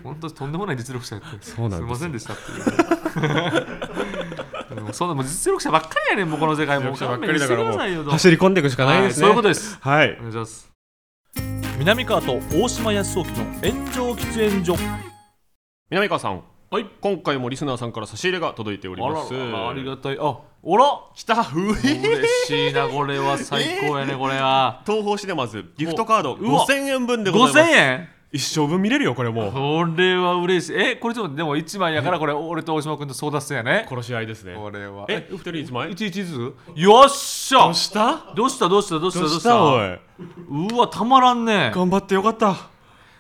Speaker 2: 本当にとんでもない実力者やって
Speaker 1: そうなんですよ
Speaker 2: いませんでしたっていう でもそんなもう実力者ばっかりやねんもうこの世界もう
Speaker 1: 実力者ば
Speaker 2: 勘
Speaker 1: っか
Speaker 2: 弁
Speaker 1: り
Speaker 2: し
Speaker 1: だ
Speaker 2: て
Speaker 1: か
Speaker 2: く
Speaker 1: ら
Speaker 2: だ
Speaker 1: もう
Speaker 2: さいよと
Speaker 1: 走り込んでいくしかないですね
Speaker 2: はいそういうことです
Speaker 1: はい
Speaker 2: お願いします
Speaker 3: 南川と大島康雄の炎上喫煙所
Speaker 1: 南川さん
Speaker 2: はい
Speaker 1: 今回もリスナーさんから差し入れが届いております
Speaker 2: あららありがたいあおら
Speaker 1: 来たうえ
Speaker 2: 嬉しいなこれは最高やねこれは
Speaker 1: 東宝シネマズギフトカード
Speaker 2: うわ
Speaker 1: 5000円分でご
Speaker 2: 5000
Speaker 1: ざいます
Speaker 2: 円
Speaker 1: 一生分見れるよこれもう
Speaker 2: これは嬉しいえこれちょっとでも1枚やからこれ俺と大島君と争奪戦やね
Speaker 1: 殺し合いですね
Speaker 2: これは
Speaker 1: えお二人1枚
Speaker 2: いちいちずつよっしゃ
Speaker 1: どうした
Speaker 2: どうしたどうしたどうし
Speaker 1: ど
Speaker 2: た
Speaker 1: う
Speaker 2: どう
Speaker 1: し
Speaker 2: した
Speaker 1: お
Speaker 2: た
Speaker 1: いう
Speaker 2: わたまらんね
Speaker 1: 頑張ってよかった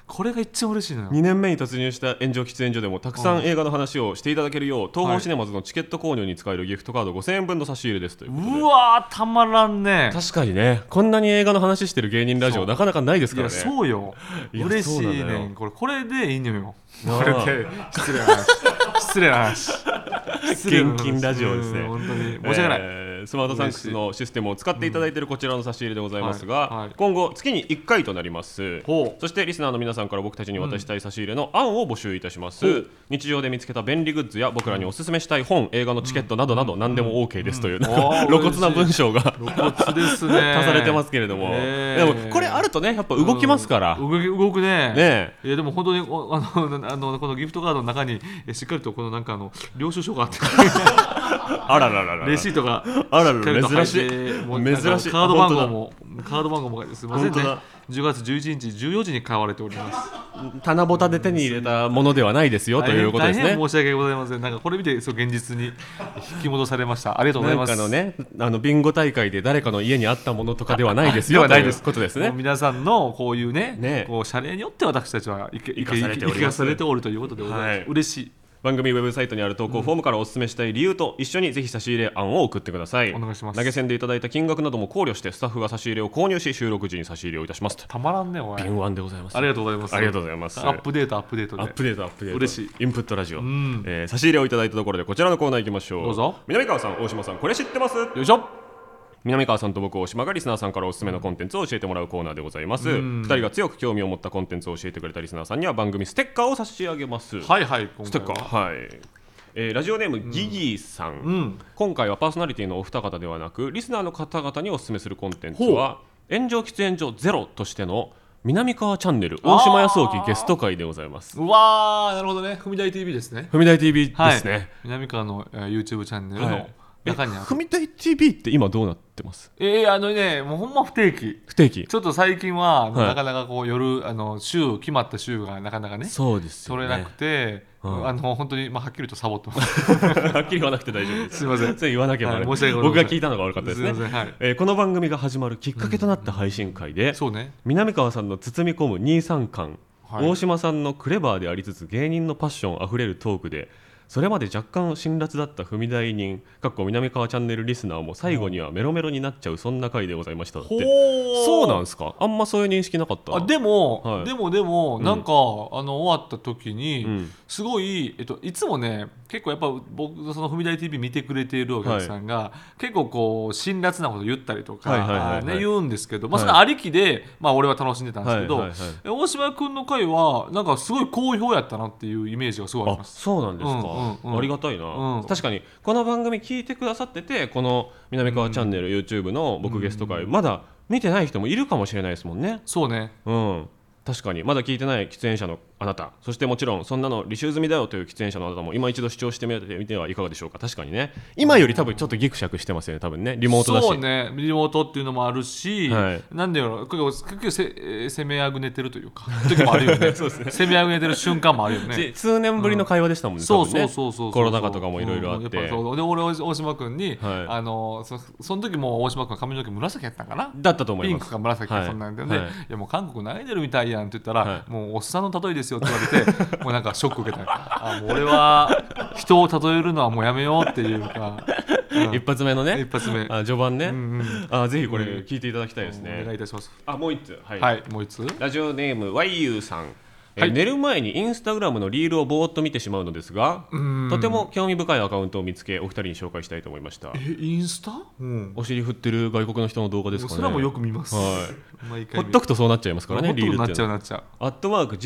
Speaker 2: これが一番嬉しいのよ
Speaker 1: 2年目に突入した炎上喫煙所でもたくさん映画の話をしていただけるよう東
Speaker 2: は
Speaker 1: 宝
Speaker 2: い
Speaker 1: シネマズのチケット購入に使えるギフトカード5000円分の差し入れですということで
Speaker 2: うわたまらんね
Speaker 1: 確かにねこんなに映画の話してる芸人ラジオ
Speaker 2: そう
Speaker 1: なかなかないです
Speaker 2: い
Speaker 1: から
Speaker 2: や
Speaker 1: ね
Speaker 2: そうよ
Speaker 1: いや
Speaker 2: 嬉しい
Speaker 1: そうなの
Speaker 2: ね
Speaker 1: よ
Speaker 2: んこれこれでいいのよ
Speaker 1: なあ
Speaker 2: これで失礼な話失礼な 話失礼な話
Speaker 1: 現金ラジオですね
Speaker 2: うん本当に申し訳ない、
Speaker 1: えースマートサンクスのシステムを使っていただいているこちらの差し入れでございますが、
Speaker 2: うんはいはい
Speaker 1: 今後月に1回となります
Speaker 2: ほう
Speaker 1: そしてリスナーの皆さんから僕たちに渡したい差し入れの案を募集いたします、日常で見つけた便利グッズや僕らにおすすめしたい本映画のチケットなどなど何でも OK ですという、なんか
Speaker 2: あー
Speaker 1: 露骨な文章が
Speaker 2: 露骨です ね
Speaker 1: 足されてますけれども、
Speaker 2: ね
Speaker 1: でもこれあるとねやっぱ動きますから、
Speaker 2: うん動き動くね
Speaker 1: ね
Speaker 2: いやでも本当にお あのなあのこのギフトカードの中にえしっかりとこのなんかあの領収書があ って
Speaker 1: あらららら
Speaker 2: レシートが
Speaker 1: あら
Speaker 2: しっかりと
Speaker 1: ら
Speaker 2: 入
Speaker 1: 珍
Speaker 2: っ
Speaker 1: しい
Speaker 2: てもうなんか
Speaker 1: 珍しい
Speaker 2: カード番号
Speaker 1: 本
Speaker 2: もカード番号もすみませんね
Speaker 1: 本当だ
Speaker 2: 10月11日14時に買われております
Speaker 1: 当だ棚ぼたで手に入れたものではないですよということです
Speaker 2: 大
Speaker 1: ね
Speaker 2: 変大変申し訳ございませんなんかこれ見てそう現実に引き戻されましたありがとうございます
Speaker 1: なんかのね、あのビンゴ大会で誰かの家にあったものとかではないです
Speaker 2: で
Speaker 1: よ。
Speaker 2: はないです
Speaker 1: とうことです
Speaker 2: もう
Speaker 1: ね。
Speaker 2: 皆さんのこういうね
Speaker 1: ね
Speaker 2: こう謝礼によって私たちはいけ
Speaker 1: 生
Speaker 2: い
Speaker 1: かされております
Speaker 2: 生かされておるということでございます、
Speaker 1: はい
Speaker 2: 嬉しい
Speaker 1: 番組ウェブサイトにある投稿フォームからお勧めしたい理由と一緒にぜひ差し入れ案を送ってください。
Speaker 2: お願いします
Speaker 1: 投げ銭でいただいた金額なども考慮してスタッフが差し入れを購入し収録時に差し入れをいたしますと。
Speaker 2: たまらんねおい
Speaker 1: 敏腕でございます。
Speaker 2: ありがとうございます
Speaker 1: ありがとうございます
Speaker 2: アップデートアップデートで
Speaker 1: アップデートアップデート。
Speaker 2: 嬉しい。
Speaker 1: インプットラジオ。
Speaker 2: ん
Speaker 1: えー差し入れをいただいたところでこちらのコーナー行きましょう。
Speaker 2: どうぞ。
Speaker 1: 南川さん、大島さん、これ知ってます？
Speaker 2: よいしょ
Speaker 1: 南川さんと僕大島がリスナーさんからおすすめのコンテンツを教えてもらうコーナーでございます
Speaker 2: うん
Speaker 1: 2人が強く興味を持ったコンテンツを教えてくれたリスナーさんには番組ステッカーを差し上げます
Speaker 2: はいはい
Speaker 1: ス
Speaker 2: ス
Speaker 1: テッカーはい、えーラジオネームギギーさん、
Speaker 2: うん
Speaker 1: 今回はパーソナリティのお二方ではなくリスナーの方々におすすめするコンテンツは炎上喫煙所ゼロとしての南川チャンネル大島康雄ゲスト会でございます
Speaker 2: うわーなるほどね踏み台 TV ですね
Speaker 1: 踏み台 TV で
Speaker 2: はい
Speaker 1: すね、
Speaker 2: 南川の、えー、YouTube チャンネル
Speaker 1: は
Speaker 2: の
Speaker 1: い
Speaker 2: 中にある、
Speaker 1: 踏み台 TV って今どうなってます
Speaker 2: えーあのねもうほんま不定期
Speaker 1: 不定期
Speaker 2: ちょっと最近は、あの
Speaker 1: はい
Speaker 2: なかなかこう夜あの週決まった週がなかなかね
Speaker 1: そうですよ
Speaker 2: 取
Speaker 1: ね
Speaker 2: れなくて、
Speaker 1: うん
Speaker 2: あの本当にまあはっきりとサボってます
Speaker 1: はっきり言わなくて大丈夫です。
Speaker 2: すいません
Speaker 1: それ言わなきゃならない
Speaker 2: はい申し訳ございません
Speaker 1: 僕が聞いたのが悪かったですね。
Speaker 2: すいませんはい
Speaker 1: えーこの番組が始まるきっかけとなった配信会で、
Speaker 2: そうね
Speaker 1: 南川さんの包み込む2、3巻、
Speaker 2: はい
Speaker 1: 大島さんのクレバーでありつつ芸人のパッションあふれるトークで、それまで若干辛辣だった踏み台人、かっこ南川チャンネルリスナーも最後にはメロメロになっちゃうそんな回でございましただって。そうなんですかあんまそういう認識なかったな
Speaker 2: あでも、
Speaker 1: はい
Speaker 2: でもでも
Speaker 1: うん
Speaker 2: なんか、あの終わった時に、
Speaker 1: うん
Speaker 2: すごい、えっと、いつもね結構やっぱ僕のその「踏み台 TV」見てくれているお客さんが、結構こう辛辣なこと言ったりとか、
Speaker 1: はいはいはいはい
Speaker 2: あーね、言うんですけど、まあ、
Speaker 1: はい
Speaker 2: それありきで、まあ、俺は楽しんでたんですけど、
Speaker 1: はいはいはい
Speaker 2: え大島君の回はなんかすごい好評やったなっていうイメージがすごいあり
Speaker 1: あ
Speaker 2: ます。
Speaker 1: そうなんですか、
Speaker 2: うんうんうん
Speaker 1: ありがたいな、
Speaker 2: うん
Speaker 1: 確かにこの番組聞いてくださっててこの南川チャンネル、YouTube の僕ゲスト会、まだ見てない人もいるかもしれないですもんね
Speaker 2: そうね
Speaker 1: うん確かにまだ聞いてない喫煙者のあなたそしてもちろんそんなの履修済みだよという喫煙者のあなたも今一度視聴してみてみてはいかがでしょうか確かにね今より多分ちょっとギクシャクしてますよね多分ねリモートだし
Speaker 2: そうねリモートっていうのもあるし、
Speaker 1: はい
Speaker 2: なんだよ結構結局せえー攻めあぐねてるというか時もある よね攻めあぐねてる瞬間もあるよね
Speaker 1: し数年ぶりの会話でしたもんね、多
Speaker 2: そう
Speaker 1: 分ね
Speaker 2: そうそうそうそう
Speaker 1: コロナ禍とかもいろいろあって、
Speaker 2: うんやぱそうで俺大島君に、
Speaker 1: はい
Speaker 2: あのそその時もう大島君髪の毛紫やったんかな
Speaker 1: だったと思い
Speaker 2: ピン
Speaker 1: ま
Speaker 2: ク
Speaker 1: す
Speaker 2: か紫
Speaker 1: は
Speaker 2: か
Speaker 1: い
Speaker 2: そんなんで、ね
Speaker 1: はい
Speaker 2: い、やもう韓国泣いてるみたいやんって言ったら、
Speaker 1: はい
Speaker 2: もうおっさんの例えですよって言われ てもうなんかショック受けたあもう俺は人を例えるのはもうやめようっていうか、うん
Speaker 1: 一発目のね
Speaker 2: 一発目
Speaker 1: あ序盤ね、
Speaker 2: うんうん
Speaker 1: あぜひこれ聞いていただきたいですね、
Speaker 2: お願いいたします
Speaker 1: あもう一つはい、
Speaker 2: はい、もう一つ
Speaker 1: ラジオネーム YU さんえー
Speaker 2: はい
Speaker 1: 寝る前にインスタグラムのリールをぼーっと見てしまうのですが
Speaker 2: うん
Speaker 1: とても興味深いアカウントを見つけお二人に紹介したいと思いました
Speaker 2: えインスタ、
Speaker 3: うん、
Speaker 1: お尻振ってる外国の人の動画ですかね
Speaker 2: それはもうよく見ます、
Speaker 1: は
Speaker 2: 毎
Speaker 1: ほ
Speaker 2: 回
Speaker 1: っ
Speaker 2: 見
Speaker 1: と
Speaker 2: る
Speaker 1: くとそうなっちゃいますから
Speaker 2: ほ
Speaker 1: ね
Speaker 2: っと
Speaker 1: リー
Speaker 2: く
Speaker 1: ル
Speaker 2: な
Speaker 1: っ
Speaker 2: って
Speaker 1: いう
Speaker 2: ちゃ
Speaker 1: の
Speaker 2: う
Speaker 1: は
Speaker 2: なっちゃう
Speaker 1: アットマーク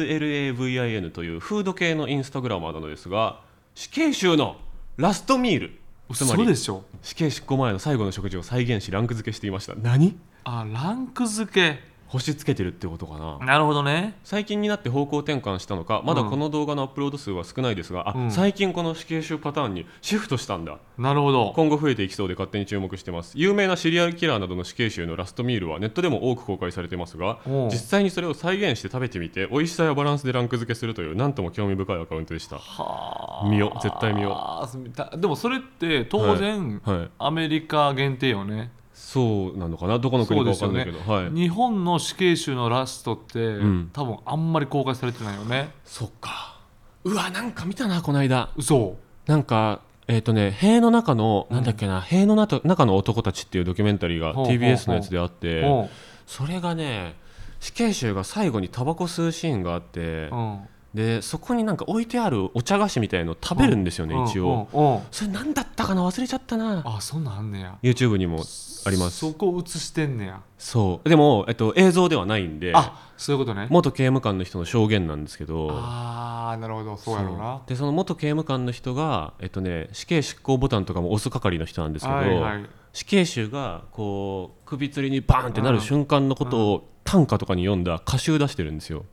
Speaker 1: JJSLAVIN というフード系のインスタグラマーなのですが死刑囚のラストミールつま
Speaker 2: そうで
Speaker 1: り
Speaker 2: しょ
Speaker 1: 死刑執行前の最後の食事を再現しランク付けしていました何
Speaker 2: あランク付け
Speaker 1: 星つけてるってことかな
Speaker 2: なるほどね
Speaker 1: 最近になって方向転換したのかまだこの動画のアップロード数は少ないですが、
Speaker 2: うん
Speaker 1: あ最近この死刑囚パターンにシフトしたんだ
Speaker 2: なるほど
Speaker 1: 今後増えていきそうで勝手に注目してます有名なシリアルキラーなどの死刑囚のラストミールはネットでも多く公開されてますが
Speaker 2: おう
Speaker 1: 実際にそれを再現して食べてみて美味しさやバランスでランク付けするというなんとも興味深いアカウントでした
Speaker 2: はあ
Speaker 1: 見よう絶対見よう
Speaker 2: あー見たでもそれって当然、
Speaker 1: はい
Speaker 2: アメリカ限定よね
Speaker 1: そうなのかなどこの国か分かんないけど
Speaker 2: そう
Speaker 1: はい
Speaker 2: 日本の死刑囚のラストって、
Speaker 1: ん
Speaker 2: 多分あんまり公開されてないよね
Speaker 1: そっかうわなんか見たなこの間
Speaker 2: 嘘
Speaker 1: なんかえっ、とね塀の中のなんだっけな、塀の中中の男たちっていうドキュメンタリーが
Speaker 2: ほうほうほう
Speaker 1: TBS のやつであって
Speaker 2: うん
Speaker 1: それがね死刑囚が最後にタバコ吸うシーンがあって
Speaker 2: うん
Speaker 1: でそこになんか置いてあるお茶菓子みたいの食べるんですよね一応
Speaker 2: うんうんうん
Speaker 1: それ何だったかな忘れちゃったな
Speaker 2: あそんなんあんねや
Speaker 1: YouTube にもあります
Speaker 2: そこ映してんねや
Speaker 1: そうでも、えっと、映像ではないんで
Speaker 2: あそういうことね
Speaker 1: 元刑務官の人の証言なんですけど
Speaker 2: ああなるほどそうやろうな
Speaker 1: そうでその元刑務官の人が、えっとね、死刑執行ボタンとかも押す係の人なんですけど、
Speaker 2: はいはい
Speaker 1: 死刑囚がこう首吊りにバーンってなる瞬間のことを短歌とかに読んだ歌集出してるんですよ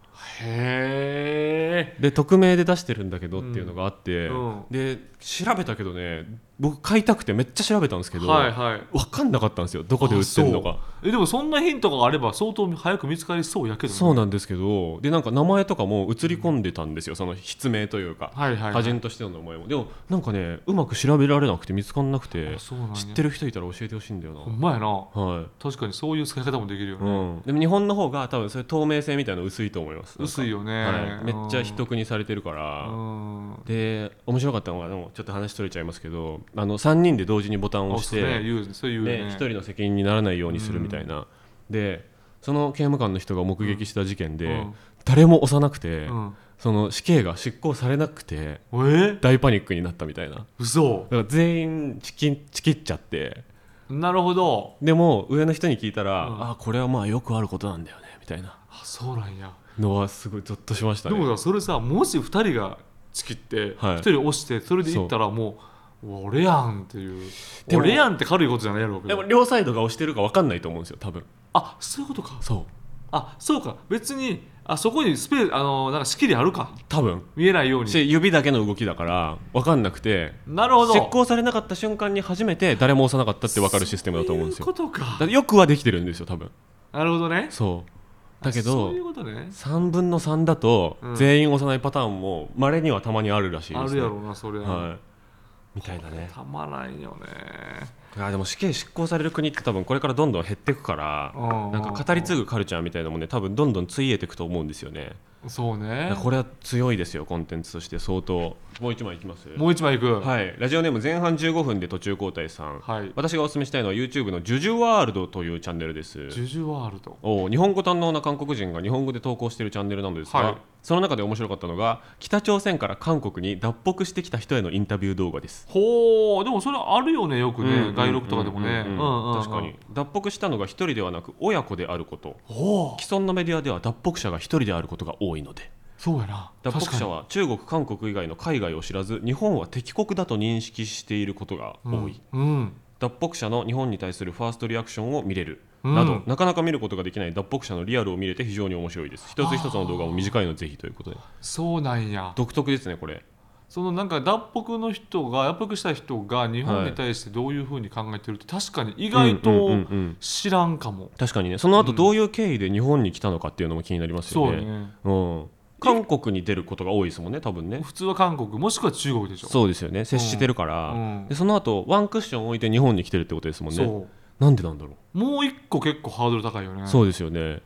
Speaker 2: へえ
Speaker 1: で匿名で出してるんだけどっていうのがあって、
Speaker 2: うん
Speaker 1: で調べたけどね僕買いたくてめっちゃ調べたんですけど、
Speaker 2: はいはい
Speaker 1: 分かんなかったんですよどこで売ってるの
Speaker 2: あ
Speaker 1: か
Speaker 2: そうえでもそんなヒントがあれば相当早く見つかりそうやけど
Speaker 1: そう
Speaker 2: な
Speaker 1: なんですけどでなんか名前とかも映り込んでたんですよその筆名というか、
Speaker 2: はいはいはい
Speaker 1: 歌人としての名前もでもなんかねうまく調べられなくて見つからなくて
Speaker 2: あそうなんや
Speaker 1: 知ってる人いたら教えてほしいんだよ
Speaker 2: ほんまやな
Speaker 1: なはい
Speaker 2: 確かにそういう使い方もできるよね、
Speaker 1: うん、でも日本の方が多分それ透明性みたいなの薄いと思いますなんか
Speaker 2: 薄いよね
Speaker 1: はい、めっちゃ秘匿にされてるか
Speaker 2: う
Speaker 1: ら、
Speaker 2: んうん
Speaker 1: で面白かったのがでもちょっと話取れちゃいますけどあの3人で同時にボタンを
Speaker 2: あ
Speaker 1: 押し
Speaker 2: そうね
Speaker 1: て、
Speaker 2: 言うそういう
Speaker 1: で
Speaker 2: ね
Speaker 1: 1人の責任にならないようにするみたいな、でその刑務官の人が目撃した事件で、
Speaker 2: うん
Speaker 1: 誰も押さなくて、
Speaker 2: うん
Speaker 1: その死刑が執行されなくて
Speaker 2: えー、
Speaker 1: 大パニックになったみたいなだか
Speaker 2: 嘘
Speaker 1: ら全員チキンチキっちゃって
Speaker 2: なるほど
Speaker 1: でも上の人に聞いたら、
Speaker 2: うん
Speaker 1: あこれはまあよくあることなんだよねみたいな
Speaker 2: あそうなんや
Speaker 1: のはすごいゾッとしました
Speaker 2: で
Speaker 1: ね
Speaker 2: もさそれさもし2人がチキって、
Speaker 1: はい
Speaker 2: 1人押してそれでいったらもううわ俺やんっていう
Speaker 1: でも
Speaker 2: 俺やんって軽いことじゃないやろうけ
Speaker 1: で
Speaker 2: ど
Speaker 1: も両サイドが押してるか分かんないと思うんですよ多分
Speaker 2: あそういうことか
Speaker 1: そう
Speaker 2: あそうか別にあそこにスペースあのなんか仕切りあるか
Speaker 1: 多分
Speaker 2: 見えないように
Speaker 1: し指だけの動きだから分かんなくて
Speaker 2: なるほど
Speaker 1: 執行されなかった瞬間に初めて誰も押さなかったって分かるシステムだと思うんですよ
Speaker 2: そういうこと
Speaker 1: だか
Speaker 2: から
Speaker 1: よくはできてるんですよ多分
Speaker 2: なるほどね
Speaker 1: そうだけ
Speaker 2: そ
Speaker 1: ど
Speaker 2: ういうことね
Speaker 1: 3分の3だと
Speaker 2: うん
Speaker 1: 全員押さないパターンもまれにはたまにあるらしいです、ね、
Speaker 2: あるやろうなそれは、
Speaker 1: はいみたいなね
Speaker 2: たまらんよね
Speaker 1: あでも死刑執行される国って多分これからどんどん減っていくから
Speaker 2: うん
Speaker 1: なんか語り継ぐカルチャーみたいなのもね多分どんどんついえていくと思うんですよね
Speaker 2: そうね
Speaker 1: だからこれは強いですよコンテンツとして相当もう一枚いきます
Speaker 2: もう一枚いくはい、
Speaker 1: はいラジオネーム前半15分で途中交代さん、私がお勧めしたいのは YouTube の「ジュジュワールド」というチャンネルです
Speaker 2: ジュジュワールド
Speaker 1: おう日本語堪能な韓国人が日本語で投稿しているチャンネルなのですが、
Speaker 2: はい
Speaker 1: その中で面白かったのが北朝鮮から韓国に脱北してきた人へのインタビュー動画です
Speaker 2: ほうでもそれあるよねよくね、
Speaker 1: うん
Speaker 2: 外録とかでもね、
Speaker 1: うんうん
Speaker 2: うんうんうん
Speaker 1: 確かに脱北したのが一人ではなく親子であること
Speaker 2: おお
Speaker 1: 既存のメディアでは脱北者が一人であることが多いので
Speaker 2: そうやな
Speaker 1: 脱北者
Speaker 2: は
Speaker 1: は中国韓国以外の海外を知らず日本は敵国だと認識していることが多い、
Speaker 2: うん
Speaker 1: 脱北者の日本に対するファーストリアクションを見れる
Speaker 2: うん
Speaker 1: など、なかなか見ることができない脱北者のリアルを見れて非常に面白いです一つ一つの動画も短いのでぜひということで
Speaker 2: そうなんや
Speaker 1: 独特ですねこれ
Speaker 2: そのなんか脱北の人が脱北した人が日本に対してどういうふうに考えてるって確かに意外
Speaker 1: うんうんうん
Speaker 2: と
Speaker 1: うん
Speaker 2: 知らんかも、
Speaker 1: 確かにねその後どういう経緯で日本に来たのかっていうのも気になります
Speaker 2: そ
Speaker 1: よ
Speaker 2: う
Speaker 1: ね,、
Speaker 2: ね
Speaker 1: ううん、韓国に出ることが多いですもんね多分ね
Speaker 2: 普通は韓国もしくは中国でしょ
Speaker 1: そうですよね接してるから、
Speaker 2: うん
Speaker 1: でその後ワンクッション置いて日本に来てるってことですもんね
Speaker 2: そ
Speaker 1: なんでなんだろう
Speaker 2: うもう一個結構ハードル高いよね
Speaker 1: そうですよね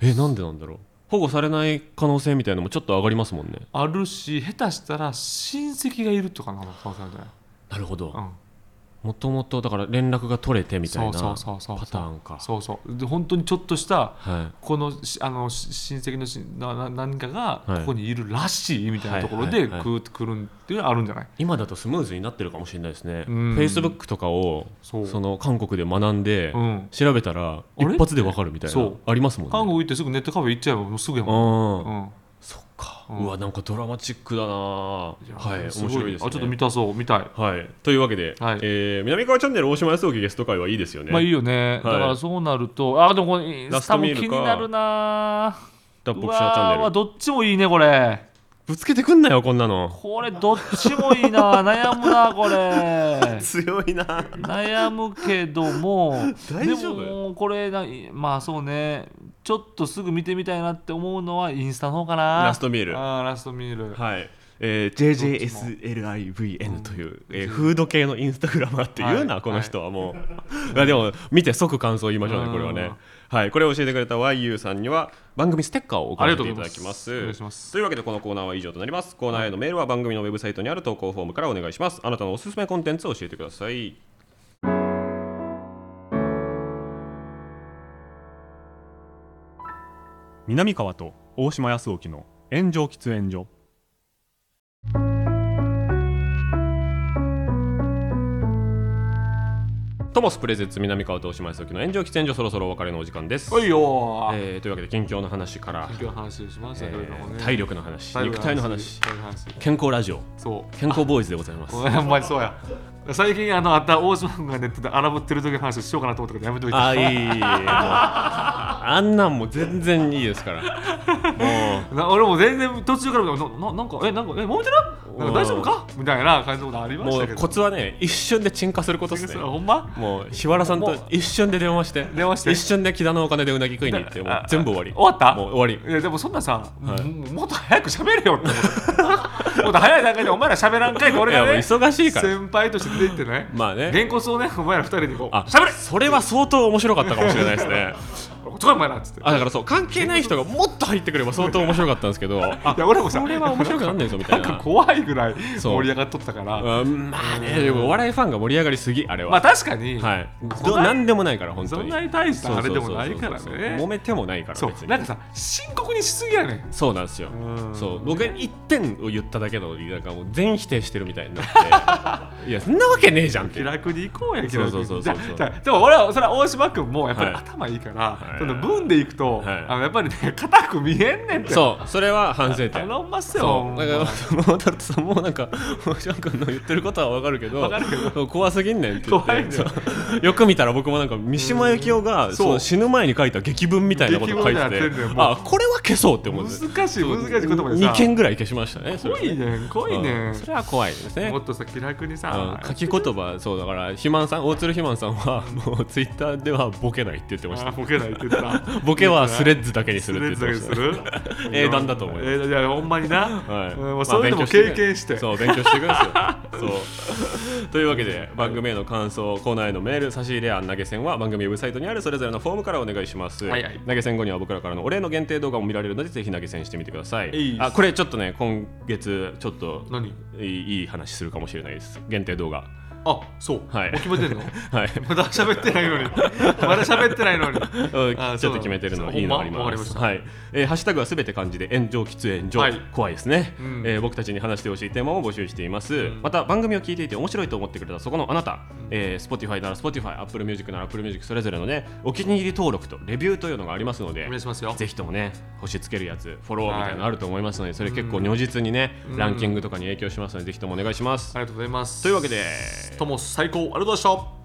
Speaker 1: えなんでなんだろう保護されない可能性みたいなのもちょっと上がりますもんね
Speaker 2: あるし下手したら親戚がいるとかなの可能性あるんじゃない
Speaker 1: なるほど、
Speaker 2: うん
Speaker 1: もともとだから連絡が取れてみたいなパタ
Speaker 2: そうそうそうそう
Speaker 1: ーンか
Speaker 2: そうそうで本当にちょっとした
Speaker 1: は
Speaker 2: このしあのし親戚のしなな何かが
Speaker 1: はい
Speaker 2: ここにいるらしいみたいなところ
Speaker 1: はい
Speaker 2: で
Speaker 1: はいはい
Speaker 2: くくるんっていうのはあるんじゃない
Speaker 1: い、今だとスムーズになってるかもしれないですね、
Speaker 2: う
Speaker 1: f
Speaker 2: ん
Speaker 1: a フェイスブックとかを
Speaker 2: そう
Speaker 1: その韓国で学んで、
Speaker 2: うん
Speaker 1: 調べたら
Speaker 2: あれ
Speaker 1: 一発でわかるみたい
Speaker 2: そ
Speaker 1: な
Speaker 2: う
Speaker 1: ありますもんね
Speaker 2: 韓国行ってすぐネットカフェ行っちゃえばもうすぐやもん
Speaker 1: うん、
Speaker 2: うん
Speaker 1: そっか、
Speaker 2: う
Speaker 1: うんわなんかドラマチックだなはい面
Speaker 2: すご
Speaker 1: 白いですね
Speaker 2: あちょっと見たそう見たい
Speaker 1: はい、というわけで、
Speaker 2: はい
Speaker 1: えー南川チャンネル大島康之ゲスト会はいいですよね、
Speaker 2: まあいいよね、
Speaker 1: はい
Speaker 2: だからそうなるとあでもこれイン
Speaker 1: ラ
Speaker 2: ス
Speaker 1: ス
Speaker 2: タ
Speaker 1: ト
Speaker 2: も
Speaker 1: ミール
Speaker 2: 気
Speaker 1: か
Speaker 2: になるな
Speaker 1: 脱
Speaker 2: う
Speaker 1: 北者チャンネ
Speaker 2: わ
Speaker 1: ル
Speaker 2: どっちもいいねこれ
Speaker 1: ぶつけてくんなよこんなの
Speaker 2: これどっちもいい な悩むなこれ
Speaker 1: 強いな
Speaker 2: 悩むけども
Speaker 1: 大丈夫
Speaker 2: でもこれなまあそうねちょっとすぐ見てみたいなって思うのはインスタの方かな
Speaker 1: ラストミール
Speaker 2: あーラストミール
Speaker 1: はい、え
Speaker 2: どっちも
Speaker 1: ー、JJSLIVN という、えーフード系のインスタグラマーって言うな、
Speaker 2: はい
Speaker 1: この人はもう、 いやでも見て即感想言いましょう
Speaker 2: う
Speaker 1: ね
Speaker 2: ん
Speaker 1: これはねはいこれを教えてくれた YU さんには番組ステッカーを送らせていただきます
Speaker 2: ありがとうございますお願いします
Speaker 1: というわけでこのコーナーは以上となりますコーナーへのメールは番組のウェブサイトにある投稿フォームからお願いしますあなたのおすすめコンテンツを教えてください
Speaker 4: 南川と大島康沖の炎上喫煙所
Speaker 1: トモスプレゼンツ南川とおしまいの炎上喫煙所そろそろお別れのお時間です、
Speaker 2: おいよー、
Speaker 1: えーというわけで近況の話から、
Speaker 2: 今日話をしましたけれども
Speaker 1: え
Speaker 2: ね、
Speaker 1: ー体力の話肉体の話
Speaker 2: 体力の話
Speaker 1: 健康ラジオ
Speaker 2: そう
Speaker 1: 健康ボーイズでございます
Speaker 2: お前ほんまにそうや最近あのあった大島君がネットで荒ぶってる時の話をしようかなと思ったけどやめといて
Speaker 1: あいいいいいいもうあんなんもう全然いいです からもう
Speaker 2: な俺も全然途中からなななんかえなんかえ揉めてるなんか大丈夫かみたいな感じのことありまし
Speaker 1: も
Speaker 2: た
Speaker 1: う
Speaker 2: けど
Speaker 1: コツはね一瞬で沈下することですね
Speaker 2: ほんま
Speaker 1: もう日原さんと一瞬で電話して
Speaker 2: 電話して
Speaker 1: 一瞬で木田のお金でうなぎ食いに行ってもう全部終わり
Speaker 2: 終わった
Speaker 1: もう終わ
Speaker 2: いやでもそんなさ、
Speaker 1: い
Speaker 2: ももっと早く喋れよって思ったもっと早い段階でお前ら喋ら んかいで
Speaker 1: り
Speaker 2: 俺
Speaker 1: いや
Speaker 2: が
Speaker 1: もう
Speaker 2: ね
Speaker 1: 忙しいから
Speaker 2: 先輩として出てってね
Speaker 1: まあね
Speaker 2: 原稿をねお前ら二人でこう
Speaker 1: あ
Speaker 2: 喋れ
Speaker 1: それは相当面白かったかもしれないですね
Speaker 2: こっち来いお前らっつって
Speaker 1: あだからそう関係ない人がもっと入ってくれば相当面白かったんですけ どあ
Speaker 2: いや俺もさ
Speaker 1: これは面白くなんねえぞみた
Speaker 2: ないん
Speaker 1: な
Speaker 2: か怖いぐらい
Speaker 1: そう
Speaker 2: 盛り上がっとったから
Speaker 1: うんまあねでもお笑いファンが盛り上がりすぎあれは、
Speaker 2: まあ確かに、
Speaker 1: はい
Speaker 2: そん
Speaker 1: ど
Speaker 2: な
Speaker 1: 何でもないから本
Speaker 2: そ
Speaker 1: 当
Speaker 2: ん
Speaker 1: に
Speaker 2: なに大したあれでも
Speaker 1: そう
Speaker 2: な
Speaker 1: そう
Speaker 2: い
Speaker 1: そうそ
Speaker 2: か
Speaker 1: う
Speaker 2: ら
Speaker 1: 揉
Speaker 2: ね
Speaker 1: めてもないから
Speaker 2: そう
Speaker 1: 別に
Speaker 2: なんかさ深刻にしすぎやねん
Speaker 1: そうなんですよ
Speaker 2: うん
Speaker 1: そう僕が1点を言っただけなのになんかもう全否定してるみたいになって いやそんなわけねえじゃんって
Speaker 2: 気楽に行こうや気
Speaker 1: そう
Speaker 2: 楽
Speaker 1: そうそ
Speaker 2: に
Speaker 1: う
Speaker 2: じ
Speaker 1: そ
Speaker 2: ゃ
Speaker 1: う
Speaker 2: あじゃあでも俺はそれは大島君もやっぱり
Speaker 1: はい
Speaker 2: 頭いいから、
Speaker 1: い
Speaker 2: その文でいくと、
Speaker 1: はい
Speaker 2: あのやっぱりね硬く見えんねんって
Speaker 1: そうそれは反省点
Speaker 2: 頼んます
Speaker 1: そ
Speaker 2: よ
Speaker 1: うだからその渡辺さんもなんか星野君の言ってることはわかるけど
Speaker 2: わかるけど
Speaker 1: 怖すぎんねんって言って
Speaker 2: 怖いねん
Speaker 1: そうよく見たら僕もなんか三島由紀夫が、
Speaker 2: ん
Speaker 1: そ
Speaker 2: そう
Speaker 1: う死ぬ前に書いた劇文みたいなこと書いて
Speaker 2: 劇文みたいなやつ
Speaker 1: て
Speaker 2: やってんだよもう
Speaker 1: あこれは消そうって思って
Speaker 2: 難しい難しい言葉で
Speaker 1: 2
Speaker 2: さ
Speaker 1: 件ぐらい消しましたねそれ
Speaker 2: 濃いねん濃いね
Speaker 1: うんんそれは怖いですね
Speaker 2: もっとさ気楽にさ
Speaker 1: うん書き言葉そうだから肥満さん大鶴肥満さんはもうツイッターではボケないって言ってまし
Speaker 2: あ
Speaker 1: た
Speaker 2: ボケないって言った
Speaker 1: ボケはスレッズだけにす
Speaker 2: スレ
Speaker 1: る
Speaker 2: ッ
Speaker 1: って
Speaker 2: ズだ
Speaker 1: 言
Speaker 2: け
Speaker 1: って
Speaker 2: に
Speaker 1: ますしたね
Speaker 2: る
Speaker 1: 英断だと思います
Speaker 2: えいやほんまにな、
Speaker 1: はい
Speaker 2: うんも
Speaker 1: まあ
Speaker 2: うそういうのも
Speaker 1: 勉強て
Speaker 2: 経験して,、
Speaker 1: そう勉強してくだ さいそうというわけで番組への感想コーナーへのメール差し入れ案投げ銭は番組ウェブサイトにあるそれぞれのフォームからお願いします、
Speaker 2: はいはい
Speaker 1: 投げ銭後には僕らからのお礼の限定動画も見られるのでぜひ投げ銭してみてください
Speaker 2: えいっす
Speaker 1: あこれちょっとね今月ちょっと
Speaker 2: 何
Speaker 1: いいいい話するかもしれないです限定動画
Speaker 2: あそう、
Speaker 1: はい
Speaker 2: もう決めてんの
Speaker 1: はい
Speaker 2: まだ喋ってないのにまだ喋ってないのに
Speaker 1: うん
Speaker 2: あ
Speaker 1: ち
Speaker 2: そう
Speaker 1: ょっと決めてる
Speaker 2: そ
Speaker 1: の
Speaker 2: う
Speaker 1: いいのあり
Speaker 2: ほんまわ
Speaker 1: ま。
Speaker 2: かりますした
Speaker 1: はい、えーハッシュタグはすべて漢字で炎上喫煙所、
Speaker 2: はい
Speaker 1: 怖いですね、
Speaker 2: うん
Speaker 1: えー僕たちに話してほしいテーマも募集しています。
Speaker 2: ん
Speaker 1: また番組を聞いていて面白いと思ってくれたそこのあなた、えー、Spotify なら Spotify、Apple Music なら Apple Music それぞれのねお気に入り登録とレビューというのがありますので
Speaker 2: お願い。しますよ
Speaker 1: ぜひともね星つけるやつフォローみたいなのあると思いますので、それ結構如実にね、
Speaker 2: うん
Speaker 1: ランキングとかに影響しますのでぜひともお願いします、
Speaker 2: ありがとうございます
Speaker 1: というわけで
Speaker 2: とも最高ありがとうございました